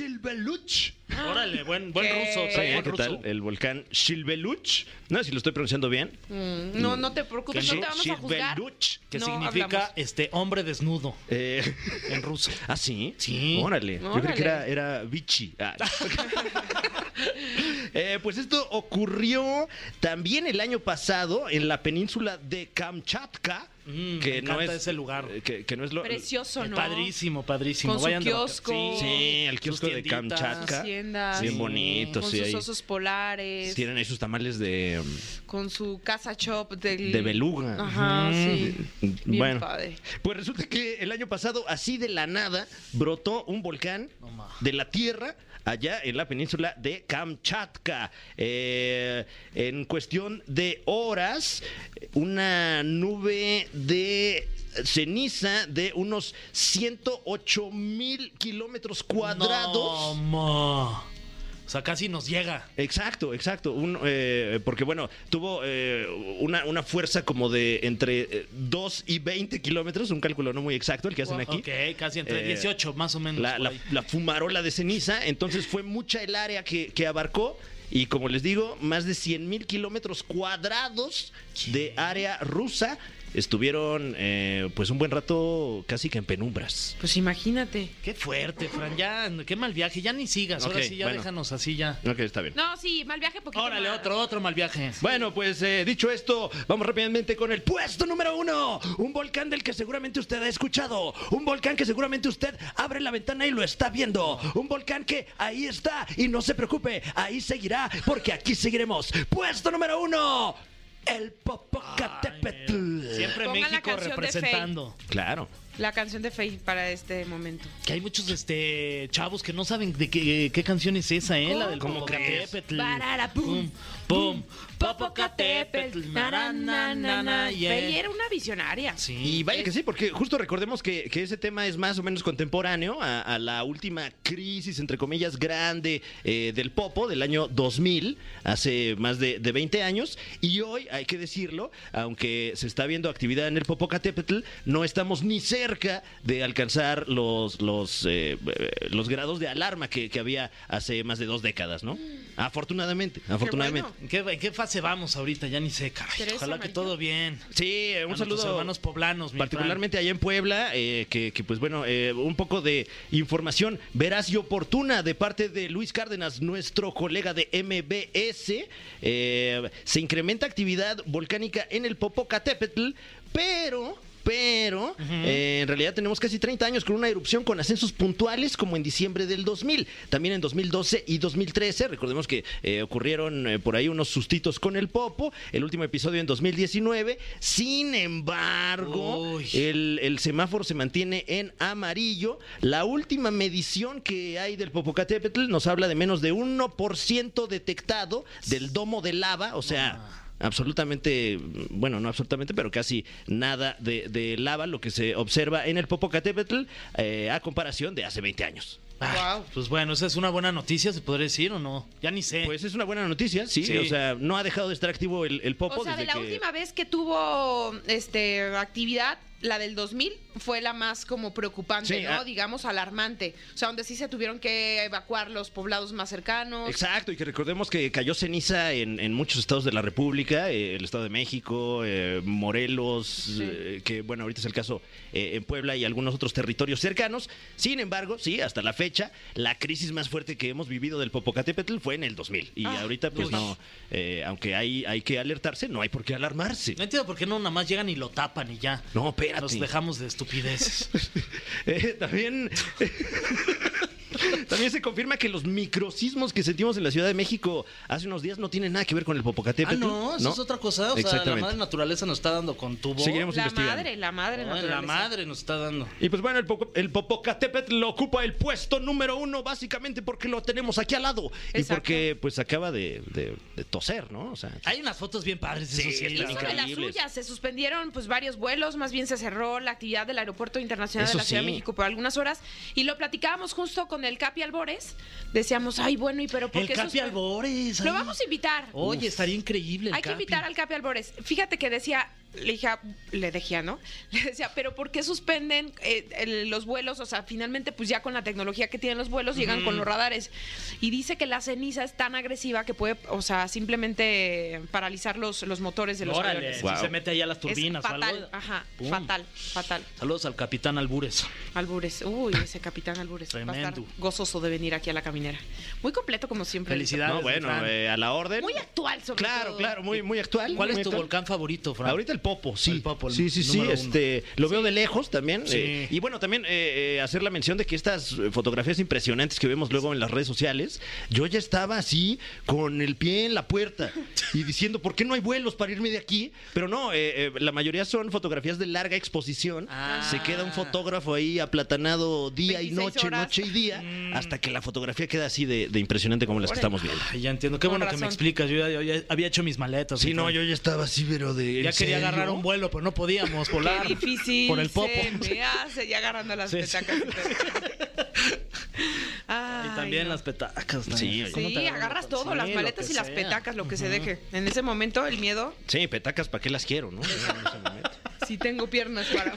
S3: Shilbeluch. Eh,
S4: Órale, buen, buen
S2: ¿Qué?
S4: ruso, trae buen
S3: ¿Qué
S4: ruso.
S3: tal? El volcán Shilbeluch. No sé si lo estoy pronunciando bien.
S2: Mm, No, no te preocupes, no te vamos a juzgar.
S3: Shilbeluch.
S4: Que
S2: No,
S4: significa
S2: hablamos.
S4: este hombre desnudo
S3: Eh,
S4: en ruso.
S3: ¿Ah, sí?
S4: Sí.
S3: Órale. Yo creo que
S2: Órale.
S3: era, era Vichy. Ah. Eh, pues esto ocurrió también el año pasado en la península de Kamchatka.
S4: Mm,
S3: que
S4: me
S3: no es
S4: encanta ese lugar.
S3: eh, Que, que no es lo.
S2: Precioso, ¿no?
S4: Eh, Padrísimo, padrísimo.
S2: Con su
S4: Vayan de vaca-
S2: kiosco.
S3: Sí, el
S4: sus
S3: kiosco de
S4: tienditas.
S3: Kamchatka.
S2: Sus tiendas.
S3: Bien
S4: Sí.
S3: bonito,
S2: Con
S3: sí.
S2: sus
S3: ahí.
S2: osos polares,
S3: Tienen ahí sus tamales de,
S2: con su casa shop del...
S3: de beluga.
S2: Ajá, sí. Bien
S3: bueno,
S2: padre.
S3: pues resulta que el año pasado, así de la nada, brotó un volcán
S4: No ma.
S3: de la tierra allá en la península de Kamchatka. Eh, en cuestión de horas, una nube de ceniza de unos 108 mil kilómetros cuadrados.
S4: No, ma. O sea, casi nos llega.
S3: Exacto, exacto. Un, eh, porque bueno, tuvo eh, una, una fuerza como de entre eh, 2 y 20 kilómetros, un cálculo no muy exacto el que hacen aquí.
S4: Ok, casi entre
S3: Eh,
S4: 18 más o menos.
S3: La,
S4: por
S3: la-
S4: ahí.
S3: la fumarola de ceniza, entonces fue mucha el área que, que abarcó. Y como les digo, más de 100 mil kilómetros cuadrados de área rusa estuvieron eh, pues un buen rato casi que en penumbras.
S2: Pues imagínate.
S4: Qué fuerte, Fran. Ya, qué mal viaje. Ya ni sigas. Ahora
S3: Ok,
S4: sí, ya
S3: bueno.
S4: déjanos así ya.
S3: Ok, está bien.
S2: No, sí, mal viaje poquito.
S4: Órale,
S2: más.
S4: otro, otro mal viaje.
S3: Bueno, pues eh, dicho esto, vamos rápidamente con el puesto número uno. Un volcán del que seguramente usted ha escuchado. Un volcán que seguramente usted abre la ventana y lo está viendo. Un volcán que ahí está. Y no se preocupe, ahí seguirá, porque aquí seguiremos. Puesto número uno. El Popocatépetl.
S4: Siempre
S2: Pongan la
S4: México
S2: canción de
S4: representando.
S3: Claro.
S2: La canción de Faye para este momento.
S4: Que hay muchos este chavos que no saben de qué, qué canción es esa, ¿eh? La del
S3: ¿Cómo crees?
S4: Popocatépetl.
S2: Barara, pum,
S4: pum.
S2: Popocatépetl, na, na, na, na.
S4: yeah.
S2: Faye era una visionaria.
S4: Sí.
S3: Y vaya que sí, porque justo recordemos que, que ese tema es más o menos contemporáneo a, a la última crisis, entre comillas, grande eh, del Popo del año 2000, hace más de, de 20 años. Y hoy, hay que decirlo, aunque se está viendo actividad en el Popocatépetl, no estamos ni cerca de alcanzar los, los, eh, eh, los grados de alarma que, que había hace más de dos décadas, ¿no? Afortunadamente, afortunadamente.
S2: bueno.
S4: ¿En Mm. qué, en qué fase vamos ahorita? Ya ni sé, caray.
S2: Teresa,
S4: Ojalá que
S2: María.
S4: todo bien.
S3: Sí, eh,
S4: A
S3: un
S4: nuestros
S3: saludo.
S4: hermanos poblanos, mi
S3: particularmente allá en Puebla, eh, que, que, pues bueno, eh, un poco de información veraz y oportuna de parte de Luis Cárdenas, nuestro colega de MBS. Eh, se incrementa actividad volcánica en el Popocatépetl, pero... Pero eh, en realidad tenemos casi 30 años con una erupción con ascensos puntuales como en diciembre del 2000, también en 2012 y 2013. Recordemos que eh, ocurrieron eh, por ahí unos sustitos con el Popo, el último episodio en 2019. Sin embargo,
S4: Uy.
S3: el, el semáforo se mantiene en amarillo. La última medición que hay del Popocatépetl nos habla de menos de 1% detectado del domo de lava, o sea... Absolutamente, bueno, no absolutamente, pero casi nada de, de lava lo que se observa en el Popocatépetl eh, a comparación de hace 20 años.
S4: Fran. Ah, Pues bueno, esa es una buena noticia, se podría decir o no. Ya ni sé.
S3: Pues es una buena noticia, sí.
S4: Eh. Sí.
S3: O sea, no ha dejado de estar activo el, el Popo
S2: O sea, de
S3: desde
S2: la
S3: que...
S2: última vez que tuvo este actividad, la del 2000 fue la más como preocupante,
S3: Sí,
S2: ¿no?
S3: ah.
S2: Digamos alarmante. O sea, donde sí se tuvieron que evacuar los poblados más cercanos.
S3: Exacto, y que recordemos que cayó ceniza en, en muchos estados de la República, eh, el Estado de México, eh, Morelos, eh, que bueno, ahorita es el caso eh, en Puebla y algunos otros territorios cercanos. Sin embargo, sí, hasta la fecha, la crisis más fuerte que hemos vivido del Popocatépetl fue en el 2000. Y
S2: Ah,
S3: ahorita, pues
S4: uy.
S3: no, eh, aunque hay, hay que alertarse, no hay por qué alarmarse.
S4: No entiendo por qué no nada más llegan y lo tapan y ya.
S3: No, espérate.
S4: Nos dejamos de estupideces.
S3: Eh, también. También se confirma que los microsismos que sentimos en la Ciudad de México hace unos días no tienen nada que ver con el
S4: ah,
S3: Popocatépetl.
S4: no, eso es otra cosa. O sea, la
S3: Exactamente.
S4: madre naturaleza nos está dando con tubo.
S3: Seguiremos
S2: La
S3: investigando.
S2: madre, la madre.
S4: No, la
S2: naturaleza.
S4: madre nos está dando.
S3: Y pues bueno, el, Poco- el Popocatépetl lo ocupa el puesto número uno básicamente porque lo tenemos aquí al lado y
S2: Exacto.
S3: porque pues acaba de, de- de toser, ¿no? O sea,
S4: Hay unas fotos bien padres, eso
S3: Sí,
S4: sí.
S3: están
S2: Hizo de las
S3: Increíbles.
S2: suyas, se suspendieron pues varios vuelos, más bien se cerró la actividad del Aeropuerto Internacional
S3: Eso
S2: de la Ciudad
S3: sí.
S2: de México por algunas horas y lo platicábamos justo con el Capi Albores. Decíamos, ay, bueno, y pero por
S4: El
S2: qué
S4: Capi
S2: suspe-
S4: Albores.
S2: Lo
S4: ahí.
S2: vamos a invitar.
S4: Oye, estaría increíble. el
S2: Hay que
S4: Capi.
S2: invitar al Capi Albores. Fíjate que decía, le dije, a- le decía, ¿no? Le decía, pero ¿por qué suspenden eh, el- los vuelos? O sea, finalmente, pues ya con la tecnología que tienen los vuelos, llegan con los radares. Y dice que la ceniza es tan agresiva que puede, o sea, simplemente paralizar los, los motores de los
S4: Órale,
S2: aviones.
S4: si
S3: Wow.
S4: se mete ahí a las turbinas
S2: es
S4: o
S2: fatal, Ah.
S4: algo.
S2: ajá,
S4: Pum.
S2: fatal, fatal.
S4: Saludos al capitán Albures.
S2: Albures, uy, ese capitán Albures va a estar
S4: Tremendo.
S2: gozoso de venir aquí a la caminera. Muy completo como siempre.
S4: Felicidades.
S3: no, bueno,
S4: Fran.
S3: eh, a la orden.
S2: Muy actual sobre
S3: Claro,
S2: todo.
S3: claro, muy, muy actual.
S4: ¿Cuál
S3: muy
S4: es tu
S3: actual.
S4: volcán favorito, Fran?
S3: Ahorita el Popo, sí.
S4: Ah. El Popo, el
S3: sí, sí, sí.
S4: número uno.
S3: Este, lo veo de lejos también.
S4: Sí.
S3: eh, y bueno, también eh, eh, hacer la mención de que estas eh, fotografías impresionantes que vemos luego en las redes sociales, yo ya estaba así con el pie en la puerta y diciendo, ¿por qué no hay vuelos para irme de aquí? Pero no, eh, eh, la mayoría son fotografías de larga exposición.
S4: Ah.
S3: Se queda un fotógrafo ahí aplatanado día y
S2: 26
S3: noche,
S2: horas.
S3: noche y día,
S4: Mm.
S3: hasta que la fotografía queda así de, de impresionante como las que estamos viendo.
S4: Ay, ya entiendo. Qué
S2: Con
S4: bueno que me
S2: razón.
S4: explicas. Yo ya, yo ya había hecho mis maletas.
S3: Sí,
S4: mi
S3: no,
S4: Fran.
S3: yo ya estaba así, pero de...
S4: Ya
S3: ¿en
S4: quería
S3: serio?
S4: agarrar un vuelo, pero no podíamos volar.
S2: Qué difícil.
S4: Por el popo.
S2: Se me hace ya agarrando las
S4: Sí, sí.
S2: petacas. Ay,
S4: Y también
S2: no.
S4: las petacas. ¿no?
S3: Sí, oye.
S4: ¿Cómo te
S2: Sí, agarras todo,
S4: Sí,
S2: las
S4: lo
S2: maletas
S4: que
S2: y las
S4: sea.
S2: petacas, lo que se deje. En ese momento, el miedo,
S3: Sí, petacas, ¿para qué las quiero, no?
S2: sí tengo piernas para.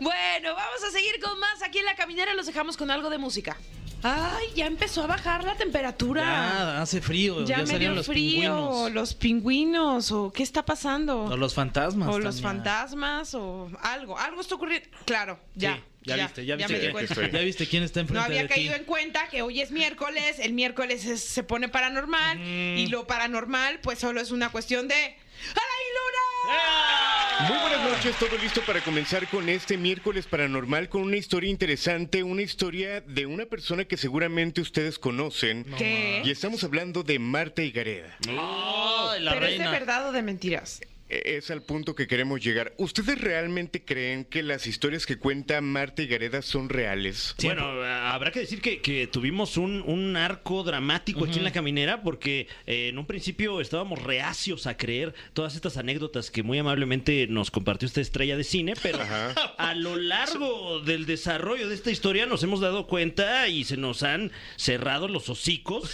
S2: bueno, vamos a seguir con más aquí en la caminera. Los dejamos con algo de música. Ay, ya empezó a bajar la temperatura.
S4: Ya, hace frío.
S2: Ya,
S4: Ya,
S2: me dio
S4: salieron los
S2: frío,
S4: pingüinos.
S2: los pingüinos, o qué está pasando.
S4: O los fantasmas.
S2: o los
S4: Tania.
S2: fantasmas, o algo. Algo está ocurriendo. Claro, ya.
S4: Sí, ya, viste, ya viste.
S2: me di
S4: que-
S2: cuenta.
S4: ya viste quién está enfrente
S2: No había
S4: de
S2: caído
S4: ti.
S2: en cuenta que hoy es miércoles, el miércoles es- se pone paranormal y lo paranormal pues solo es una cuestión de ¡Ay, Luna!
S6: Muy buenas noches, todo listo para comenzar con este miércoles paranormal con una historia interesante, una historia de una persona que seguramente ustedes conocen.
S2: ¿Qué?
S6: Y estamos hablando de Marta Higareda.
S4: Ay, la
S2: ¿Pero es de
S4: reina.
S2: verdad o de mentiras?
S6: E-, Es al punto que queremos llegar. ¿Ustedes realmente creen que las historias que cuenta Marta Higareda son reales?
S3: Bueno, habrá que decir que, que tuvimos un, un arco dramático aquí en la caminera porque eh, en un principio estábamos reacios a creer todas estas anécdotas que muy amablemente nos compartió esta estrella de cine, pero
S6: Ajá.
S3: a lo largo del desarrollo de esta historia nos hemos dado cuenta y se nos han cerrado los hocicos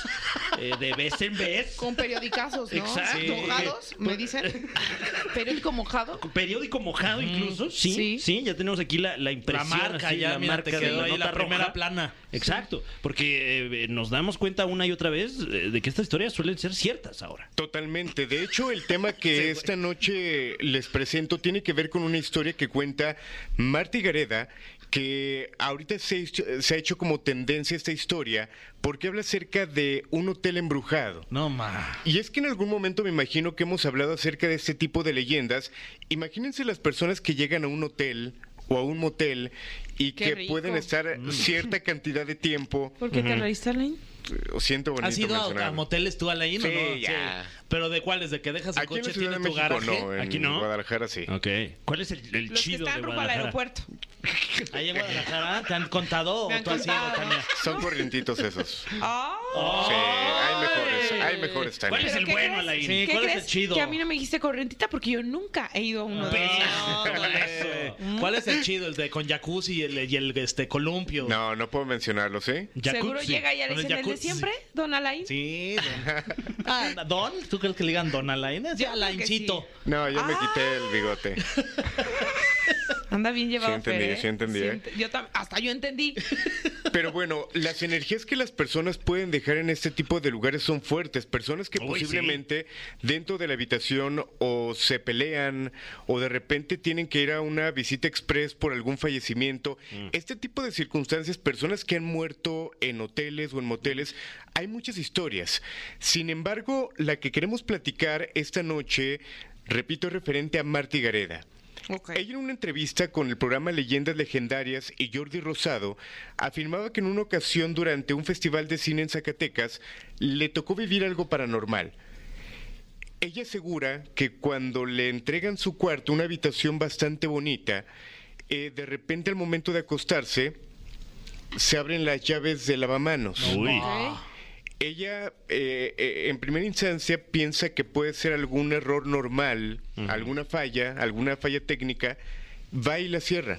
S3: eh, de vez en vez.
S2: Con periodicazos,
S3: ¿no? Exacto.
S2: Mojados, me dicen. Periódico mojado.
S3: Periódico mojado incluso, sí, sí,
S2: Sí.
S3: ya tenemos aquí la, la
S4: La
S3: impresión.
S4: marca
S3: así,
S4: ya,
S3: la
S4: mira,
S3: marca
S4: te
S3: de
S4: quedó ahí
S3: nota
S4: la primera
S3: roja.
S4: plana.
S3: Exacto, porque eh, nos damos cuenta una y otra vez eh, de que estas historias suelen ser ciertas ahora.
S6: Totalmente. De hecho, el tema que esta noche les presento tiene que ver con una historia que cuenta Marta Gareda, que ahorita se, ha hecho- se ha hecho como tendencia esta historia porque habla acerca de un hotel embrujado.
S4: No, ma.
S6: Y es que en algún momento me imagino que hemos hablado acerca de este tipo de leyendas. Imagínense las personas que llegan a un hotel o a un motel y
S2: Qué
S6: que
S2: rico.
S6: pueden estar
S4: Mm.
S6: cierta cantidad de tiempo.
S2: ¿Por qué te reíste, Alain?
S6: Siento bonito
S4: ¿Has ido a, a
S6: mencionarlo.
S4: moteles tú, Alain? o
S6: Sí,
S4: no?
S6: ya.
S4: ¿Pero de cuáles? ¿De que dejas el
S6: Aquí en
S4: coche,
S6: la Ciudad
S4: tiene
S6: de
S4: tu
S6: México
S4: garaje?
S6: no, en
S3: Aquí no.
S6: Guadalajara sí.
S3: Ok. ¿Cuál es el, el
S2: Los que
S3: chido de
S2: están rumbo al
S3: Guadalajara?
S2: aeropuerto.
S6: este.
S4: Ahí en Guadalajara, ¿te han contado
S2: Me
S4: o
S2: han
S4: tú has ido,
S2: contado.
S4: Tania?
S6: Son corrientitos esos.
S2: ¡Ah!
S6: Sí, hay mejores, hay mejores
S3: ¿Cuál
S6: también.
S3: es
S2: ¿Pero
S3: el
S2: qué
S3: bueno,
S2: crees?
S3: Alain?
S4: Sí.
S2: ¿Qué
S4: ¿Cuál es el
S2: crees
S4: chido?
S2: que a mí no me dijiste corrientita? Porque yo nunca he ido a uno de esos.
S4: Ah, ándale. ¿Cuál es el chido? ¿El de con jacuzzi y el, y el, este, columpio?
S6: No, no puedo mencionarlo, ¿sí?
S2: Seguro
S3: Jacuzzi.
S2: llega y ya le
S4: Con el
S2: dicen el de
S4: jacuzzi.
S2: siempre, don Alain.
S4: Sí. Don. Ah, ¿Don? ¿Tú crees que le digan Don Alain? Es
S2: Yo creo que
S4: Alaincito.
S6: No, yo me
S2: Ah.
S6: quité el bigote.
S2: Anda bien llevado.
S6: entendí,
S2: Fer, ¿eh?
S6: sí entendí, ¿eh?
S2: ent- yo tam- hasta yo entendí.
S6: Pero bueno, las energías que las personas pueden dejar en este tipo de lugares son fuertes. Personas que
S3: Uy,
S6: posiblemente dentro de la habitación o se pelean o de repente tienen que ir a una visita express por algún fallecimiento. Este tipo de circunstancias, personas que han muerto en hoteles o en moteles, hay muchas historias. Sin embargo, la que queremos platicar esta noche, repito, es referente a Marti Gareda.
S2: Ok.
S6: Ella en una entrevista con el programa Leyendas Legendarias y Jordi Rosado afirmaba que en una ocasión durante un festival de cine en Zacatecas le tocó vivir algo paranormal. Ella asegura que cuando le entregan su cuarto, una habitación bastante bonita, eh, de repente al momento de acostarse se abren las llaves de lavamanos.
S3: Uy.
S6: Ella, eh, eh, en primera instancia, piensa que puede ser algún error normal, alguna falla, alguna falla técnica. Va y la cierra.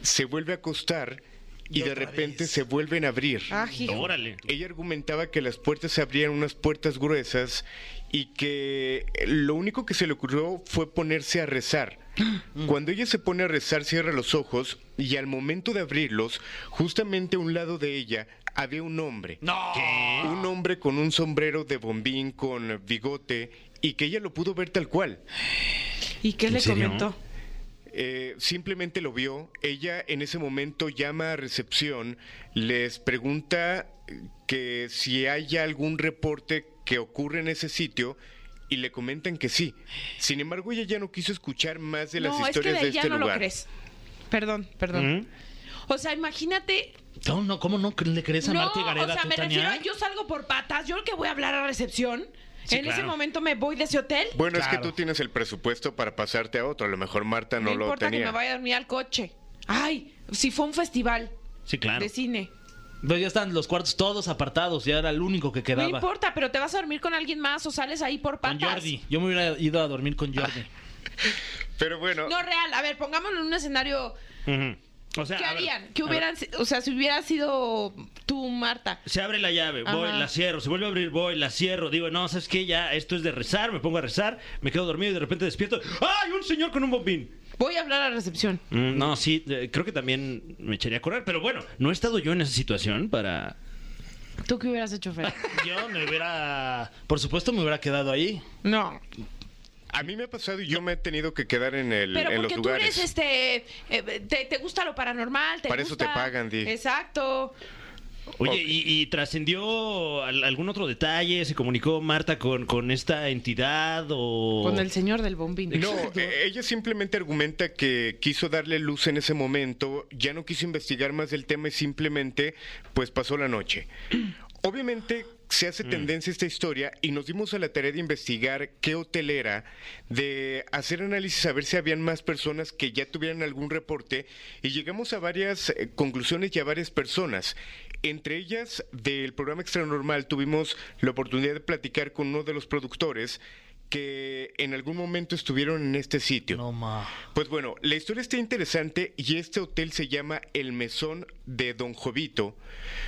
S6: Se vuelve a acostar y de repente se vuelven a abrir.
S2: Ah, hijo.
S3: Órale.
S6: Ella argumentaba que las puertas se abrían unas puertas gruesas y que lo único que se le ocurrió fue ponerse a rezar. Cuando ella se pone a rezar, cierra los ojos y al momento de abrirlos, justamente a un lado de ella había un hombre. Un hombre con un sombrero de bombín, con bigote, y que ella lo pudo ver tal cual.
S2: ¿Y qué le
S3: serio?
S2: comentó?
S6: Eh, simplemente lo vio. Ella en ese momento llama a recepción, les pregunta que si hay algún reporte que ocurre en ese sitio y le comentan que sí. Sin embargo, ella ya no quiso escuchar más de las
S2: no, es que
S6: historias
S2: de ahí
S6: de,
S2: ya
S6: este
S2: no
S6: lugar.
S2: lo crees. Perdón, perdón. O sea, imagínate.
S4: No, no, ¿cómo no le crees a
S2: no,
S4: Marta Gareda,
S2: o sea,
S4: tú,
S2: me
S4: Tania?
S2: refiero a yo salgo por patas. Yo creo que voy a hablar a recepción.
S3: Sí,
S2: en ese
S3: claro.
S2: momento me voy de ese hotel.
S6: Bueno, es que
S4: Claro.
S6: tú tienes el presupuesto para pasarte a otro. A lo mejor Marta no,
S2: no
S6: lo
S2: importa
S6: tenía.
S2: que me vaya a dormir al coche. Ay, si fue un festival
S3: Sí, claro.
S2: de cine.
S4: Pero Pues ya están los cuartos todos apartados, ya era el único que quedaba.
S2: No importa, pero te vas a dormir con alguien más o sales ahí por
S4: Con
S2: patas.
S4: Jordi. Yo me hubiera ido a dormir con Jordi.
S3: Ah,
S6: Pero bueno,
S2: No, real. A ver, pongámoslo en un escenario.
S3: Ujú. O sea,
S2: ¿Qué
S3: Ah, a ver,
S2: harían? ¿Qué
S3: a ver,
S2: hubieran, si- o sea, si hubiera sido tú, Marta?
S3: Se abre la llave, voy,
S2: Ajá.
S3: la cierro, se vuelve a abrir, voy, la cierro, digo, no, ¿sabes qué? Ya, esto es de rezar, me pongo a rezar, me quedo dormido y de repente despierto. ¡Ay, un señor con un bombín!
S2: Voy a hablar a recepción.
S3: Mm, No, sí, eh, creo que también me echaría a correr, pero bueno, no he estado yo en esa situación para
S2: ¿Tú qué hubieras hecho, Fer?
S4: Yo me hubiera. Por supuesto, me hubiera quedado ahí.
S2: No.
S6: A mí me ha pasado y yo me he tenido que quedar en, el,
S2: Pero
S6: en los
S2: porque tú
S6: lugares.
S2: eres este. eh, te, te gusta lo paranormal, te
S6: Para eso te
S2: gusta-
S6: pagan, Di.
S2: Exacto.
S3: Oye,
S6: Ok.
S3: ¿y, y trascendió al- algún otro detalle? ¿Se comunicó Marta con, con esta entidad o...?
S2: Con el señor del bombín.
S6: No, eh, ella simplemente argumenta que quiso darle luz en ese momento, ya no quiso investigar más del tema y simplemente pues pasó la noche. Obviamente se hace tendencia esta historia y nos dimos a la tarea de investigar qué hotel era, de hacer análisis a ver si habían más personas que ya tuvieran algún reporte y llegamos a varias eh, conclusiones y a varias personas. Entre ellas, del programa Extranormal tuvimos la oportunidad de platicar con uno de los productores que en algún momento estuvieron en este sitio.
S4: No, ma.
S6: Pues bueno, la historia está interesante y este hotel se llama El Mesón de Don Jovito,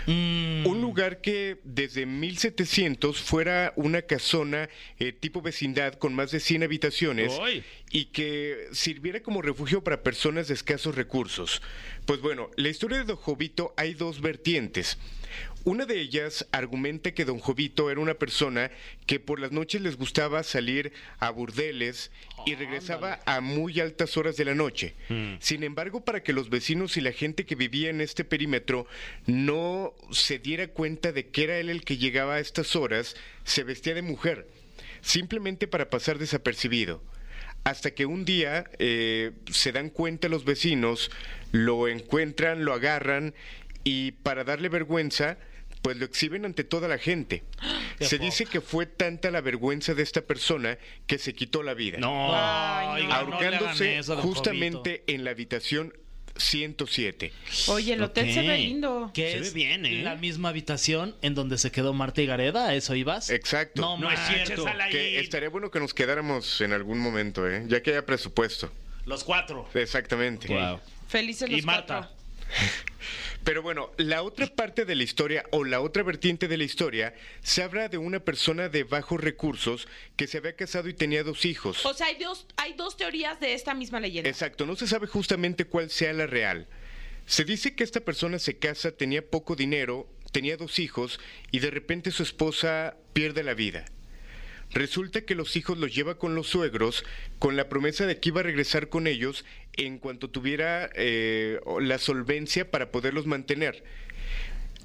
S4: Mm.
S6: un lugar que desde 1700 fuera una casona eh, tipo vecindad con más de 100 habitaciones
S3: ¡Ay!
S6: y que sirviera como refugio para personas de escasos recursos. Pues bueno, la historia de Don Jovito hay dos vertientes. Una de ellas argumenta que Don Jovito era una persona que por las noches les gustaba salir a burdeles y regresaba a muy altas horas de la noche. Sin embargo, para que los vecinos y la gente que vivía en este perímetro no se diera cuenta de que era él el que llegaba a estas horas, se vestía de mujer, simplemente para pasar desapercibido. Hasta que un día eh, se dan cuenta los vecinos, lo encuentran, lo agarran y para darle vergüenza, pues lo exhiben ante toda la gente.
S4: Qué
S6: Se
S4: poca.
S6: dice que fue tanta la vergüenza de esta persona que se quitó la vida.
S3: No.
S4: Ay,
S6: ah,
S4: no, no le hagan
S6: ahorcándose
S4: eso, don
S6: justamente
S4: Jovito.
S6: en la habitación 107.
S2: Oye, el hotel se ve
S3: Ok.
S2: lindo.
S4: Que
S3: Se
S4: es
S3: ve bien, ¿eh?
S4: La misma habitación en donde se quedó Marta y Gareda, ¿a eso ibas?
S6: Exacto.
S4: No,
S3: No es
S4: manches,
S3: cierto.
S4: Alain.
S6: Que estaría bueno que nos quedáramos en algún momento, ¿eh? ya que haya presupuesto.
S4: Los cuatro.
S6: Exactamente.
S3: Wow.
S2: Felices los
S4: Y Marta.
S2: cuatro.
S6: Pero bueno, la otra parte de la historia o la otra vertiente de la historia se habla de una persona de bajos recursos que se había casado y tenía dos hijos.
S2: O sea, hay dos, hay dos teorías de esta misma leyenda.
S6: Exacto, no se sabe justamente cuál sea la real. Se dice que esta persona se casa, tenía poco dinero, tenía dos hijos y de repente su esposa pierde la vida. Resulta que los hijos los lleva con los suegros con la promesa de que iba a regresar con ellos en cuanto tuviera eh, la solvencia para poderlos mantener.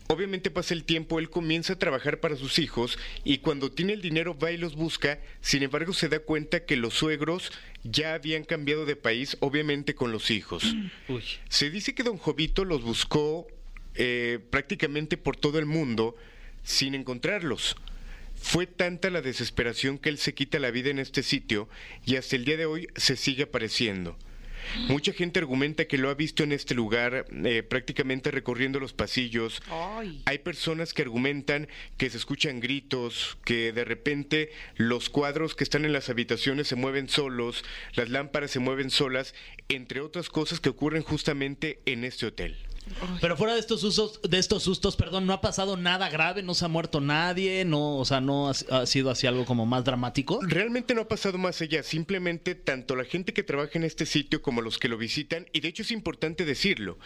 S6: Obviamente pasa el tiempo, él comienza a trabajar para sus hijos y cuando tiene el dinero va y los busca, sin embargo se da cuenta que los suegros ya habían cambiado de país, obviamente con los hijos. Se dice que don Jovito los buscó eh, prácticamente por todo el mundo sin encontrarlos. Fue tanta la desesperación que él se quita la vida en este sitio y hasta el día de hoy se sigue apareciendo. Mucha gente argumenta que lo ha visto en este lugar, eh, prácticamente recorriendo los pasillos.
S2: Ay.
S6: Hay personas que argumentan que se escuchan gritos, que de repente los cuadros que están en las habitaciones se mueven solos, las lámparas se mueven solas, entre otras cosas que ocurren justamente en este hotel.
S4: Pero fuera de estos sustos, de estos sustos, perdón, no ha pasado nada grave, no se ha muerto nadie, no, o sea, no ha, ha sido así algo como más dramático.
S6: Realmente no ha pasado más allá, simplemente tanto la gente que trabaja en este sitio como los que lo visitan, y de hecho es importante decirlo,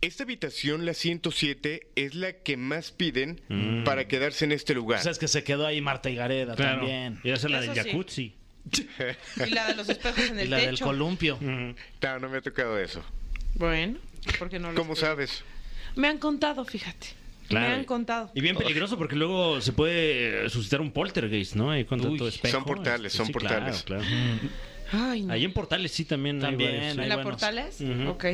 S6: esta habitación, la 107, es la que más piden para quedarse en este lugar.
S4: Mm. O sea, es que se quedó ahí Marta y Gareda
S3: Claro.
S4: también.
S3: Y esa es la
S2: Eso
S3: del
S2: sí.
S3: jacuzzi.
S2: Y la de los espejos en
S4: Y
S2: el
S4: la del
S2: techo. Mm.
S4: columpio.
S6: No, no me ha tocado eso.
S2: bueno, porque no lo
S6: ¿Cómo
S2: escucho.
S6: sabes?
S2: Me han contado, fíjate. Me han contado.
S3: Y bien peligroso porque luego se puede eh, suscitar un poltergeist, ¿no? Ahí con
S4: Uy.
S3: tanto espejo.
S6: Son portales, son
S3: Sí, claro,
S6: portales.
S3: claro.
S2: Ay, no.
S3: Ahí en portales sí también,
S4: También,
S3: hay varios. sí.
S4: ahí
S2: ¿En la
S4: buenos.
S2: Portales?
S3: Ujú.
S2: Ok.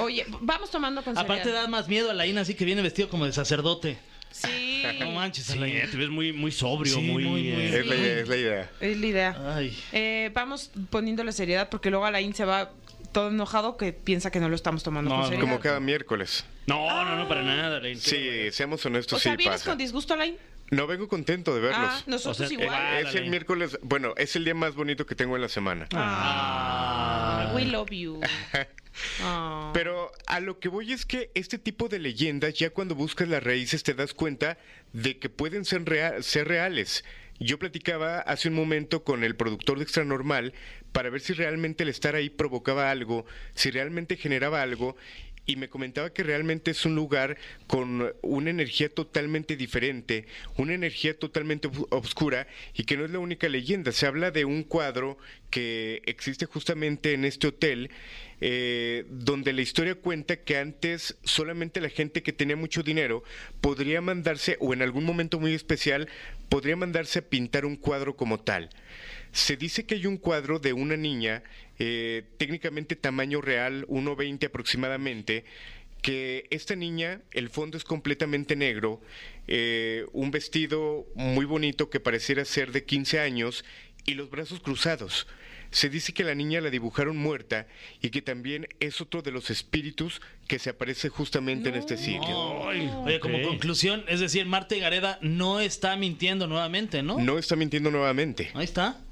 S2: Oye, vamos tomando con
S4: Aparte
S2: seriedad.
S4: da más miedo a la Ina, así que viene vestido como de sacerdote.
S2: Sí.
S4: No manches,
S3: Sí,
S4: Alain.
S3: te ves muy, muy sobrio,
S4: Sí,
S3: muy...
S4: muy, muy-
S3: eh,
S6: Es la idea, es la idea.
S2: Es la idea.
S4: Ay.
S2: Eh, vamos poniéndole seriedad porque luego Alain se va todo enojado que piensa que no lo estamos tomando
S4: No,
S2: con
S4: no,
S2: seriedad.
S6: Como cada miércoles.
S3: No, no, no, para nada. Alain.
S6: Sí, seamos honestos,
S2: o sea,
S6: sí
S2: ¿vienes
S6: pasa.
S2: con disgusto, Alain?
S6: No vengo contento de verlos.
S2: Ah, nosotros
S3: O sea,
S2: igual.
S3: eh,
S6: Es el
S3: Ándale.
S6: miércoles, bueno, es el día más bonito que tengo en la semana.
S2: Ah, we love you. Ah.
S6: Pero a lo que voy es que este tipo de leyendas, ya cuando buscas las raíces, te das cuenta de que pueden ser, rea- ser reales. Yo platicaba hace un momento con el productor de Extranormal para ver si realmente el estar ahí provocaba algo, si realmente generaba algo. y me comentaba que realmente es un lugar con una energía totalmente diferente, una energía totalmente ob- obscura y que no es la única leyenda. Se habla de un cuadro que existe justamente en este hotel eh, donde la historia cuenta que antes solamente la gente que tenía mucho dinero podría mandarse, o en algún momento muy especial, podría mandarse a pintar un cuadro como tal. Se dice que hay un cuadro de una niña, eh, técnicamente tamaño real, 1,20 aproximadamente, que esta niña, el fondo es completamente negro, eh, un vestido muy bonito que pareciera ser de 15 años y los brazos cruzados. Se dice que la niña la dibujaron muerta y que también es otro de los espíritus que se aparece justamente en este sitio.
S4: Ay, Oye, como
S3: Ok.
S4: conclusión, es decir, Marta Gareda no está mintiendo nuevamente, ¿no?
S6: No está mintiendo nuevamente.
S4: Ahí está.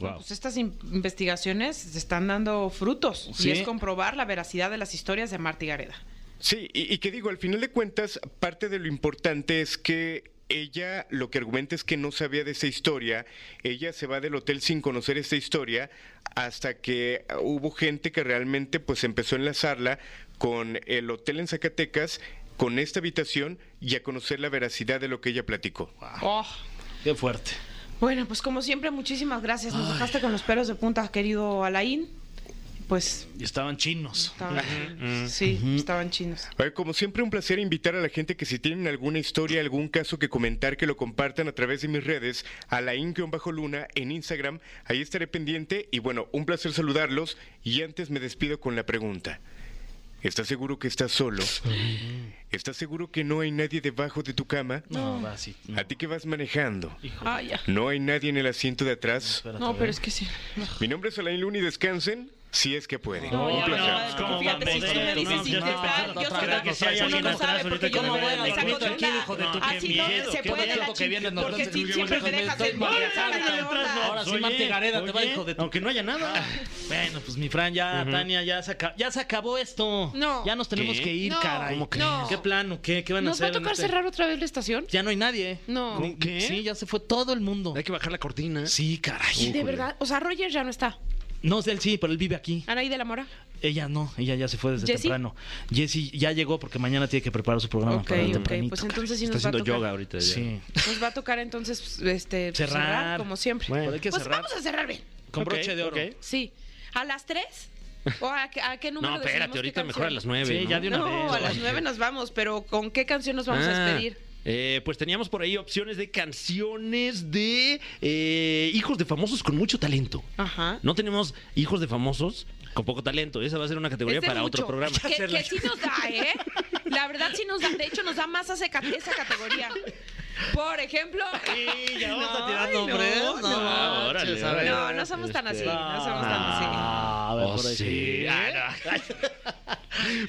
S3: Wow.
S2: Pues estas in- investigaciones se están dando frutos
S4: Sí.
S2: y es comprobar la veracidad de las historias de Marta y Gareda.
S6: Sí, y, y que digo, al final de cuentas, parte de lo importante es que ella lo que argumenta es que no sabía de esa historia, ella se va del hotel sin conocer esta historia, hasta que hubo gente que realmente pues empezó a enlazarla con el hotel en Zacatecas, con esta habitación y a conocer la veracidad de lo que ella platicó.
S2: Oh.
S4: Qué fuerte.
S2: Bueno, pues como siempre, muchísimas gracias. Nos dejaste con los pelos de punta, querido Alain. Pues
S4: Y estaban chinos.
S2: estaban, sí, estaban chinos.
S6: Oye, Como siempre, un placer invitar a la gente que si tienen alguna historia, algún caso que comentar, que lo compartan a través de mis redes, a la bajo luna en Instagram. Ahí estaré pendiente y bueno, un placer saludarlos. Y antes me despido con la pregunta. ¿Estás seguro que estás solo? ¿Estás seguro que no hay nadie debajo de tu cama?
S4: No, va así. no.
S6: ¿A ti que vas manejando?
S2: Ah, ya.
S6: ¿No hay nadie en el asiento de atrás?
S4: Espérate, a
S2: No,
S4: ver.
S2: pero es que sí.
S6: Mi nombre es Alain Luna y descansen si es que pueden.
S2: No,
S6: un
S2: ya,
S6: placer.
S4: Ah,
S2: no,
S4: pues
S2: no, fíjate, si tú me dices sin cristal, yo
S4: Creo que sí
S2: soy
S4: hay
S2: uno
S4: alguien
S2: no sabe
S4: atrás
S2: porque yo no
S4: ahorita
S2: voy,
S4: que
S2: me
S4: me
S2: saco
S4: vean.
S2: de
S4: Aquí, hijo de Ah, tu,
S2: una.
S4: qué
S2: Así no
S4: miedo,
S2: se
S4: qué
S2: puede
S4: bonito
S2: la
S4: que vienes,
S2: chica,
S4: nos
S2: porque
S4: vemos.
S2: sí, siempre me dejas
S4: Estoy
S2: en
S4: embarazada. Ahora sí,
S3: Oye,
S4: Marta Gareda te va,
S3: oye,
S4: hijo de tu-
S3: Aunque no haya nada.
S4: Bueno, pues mi Fran, ya, Tania, ya se, acabó, ya se acabó esto.
S2: No.
S4: Ya nos tenemos
S3: ¿Qué?
S4: que ir,
S2: No,
S4: caray.
S2: ¿Cómo que no?
S4: ¿Qué plano? ¿Qué, qué van a
S2: ¿Nos
S4: hacer?
S2: va a tocar
S4: en este-
S2: cerrar otra vez la estación?
S4: Ya no hay nadie. ¿eh?
S2: No.
S3: ¿Con qué?
S4: Sí, ya se fue todo el mundo.
S3: Hay que bajar la cortina.
S4: Sí, caray.
S2: De verdad, o sea, Roger ya no está.
S4: No, él sí, pero él vive aquí.
S2: Anaí de la Mora.
S4: Ella no, ella ya se fue desde
S2: ¿Jessy?
S4: temprano. Jessy ya llegó porque mañana tiene que preparar su programa
S2: Ok,
S4: para el
S2: ok,
S4: tempranito.
S2: pues entonces sí
S3: Está
S2: nos va a
S3: haciendo
S2: tocar.
S3: yoga ahorita. ya.
S4: Sí.
S2: Nos va a tocar entonces este,
S4: Cerrar.
S2: cerrar. como siempre.
S3: Bueno.
S4: Pero hay que
S2: pues
S4: cerrar
S2: vamos a cerrar bien.
S4: con
S3: Ok,
S4: broche de oro.
S3: ok.
S2: Sí. ¿A las 3? ¿O a, qué- a qué número
S3: No, espérate,
S2: decidimos
S3: ahorita
S2: qué
S3: mejor a las
S2: canción?
S3: nueve.
S4: Sí, ya
S3: ¿no?
S4: de una vez.
S2: No, a las
S4: Oye.
S2: 9 nos vamos, pero ¿con qué canción nos vamos a
S3: Ah,
S2: despedir?
S3: eh, pues teníamos por ahí opciones de canciones de eh, hijos de famosos con mucho talento.
S2: Ajá.
S3: No tenemos hijos de famosos con poco talento. Esa va a ser una categoría
S2: Es de
S3: para otro
S2: mucho.
S3: programa.
S2: Que, que sí nos da, ¿eh? La verdad sí nos da. De hecho, nos da más esa, ca- esa categoría. Por ejemplo.
S4: Sí, ya vamos a
S2: No,
S4: tirar
S2: ay,
S4: nombres.
S2: no,
S4: No,
S3: Ah, órale,
S4: manches, a ver.
S3: órale.
S2: No, no somos tan así. No somos tan así.
S4: Ah, a ver,
S3: Oh,
S4: por ahí.
S3: sí. Ah, no.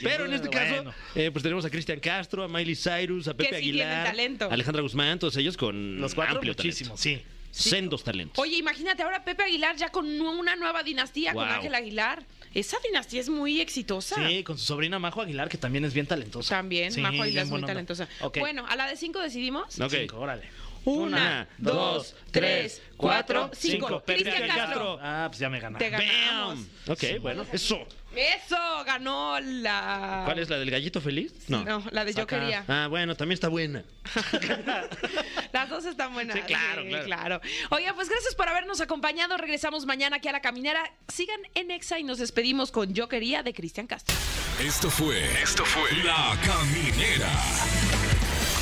S3: Pero en este caso,
S4: Bueno.
S3: eh, pues tenemos a Cristian Castro, a Miley Cyrus, a
S2: Que
S3: Pepe
S2: sí tienen
S3: Aguilar,
S2: talento.
S3: Alejandra Guzmán, todos ellos con
S4: Los cuatro,
S3: amplio
S4: muchísimo,
S3: talento.
S4: sí.
S3: Sendos talentos.
S2: Oye, imagínate ahora Pepe Aguilar ya con nu- una nueva dinastía, con
S3: Wow.
S2: Ángel Aguilar. Esa dinastía es muy exitosa.
S4: Sí, con su sobrina Majo Aguilar, que también es bien talentosa.
S2: Ah. También,
S4: Sí,
S2: Majo
S4: bien
S2: Aguilar es muy
S4: buena onda.
S2: talentosa.
S4: Ok.
S2: Bueno, a la de 5 decidimos.
S3: Ok.
S4: Cinco, órale.
S2: Una, dos, tres, cuatro, cinco. Cristian Castro.
S4: Ah, pues ya me
S2: Te
S4: ganaste.
S2: ganamos.
S3: ¡Bam! Ok, bueno, eso.
S2: Eso ganó la.
S3: ¿Cuál es la del gallito feliz? No.
S2: No, la de yo
S4: Acá.
S2: quería.
S3: Ah, bueno, también está buena.
S2: Las dos están buenas.
S3: Sí, claro, claro.
S2: Oiga, pues gracias por habernos acompañado. Regresamos mañana aquí a la caminera. Sigan en Exa y nos despedimos con Yo quería de Cristian Castro.
S1: Esto fue. Esto fue. La Caminera.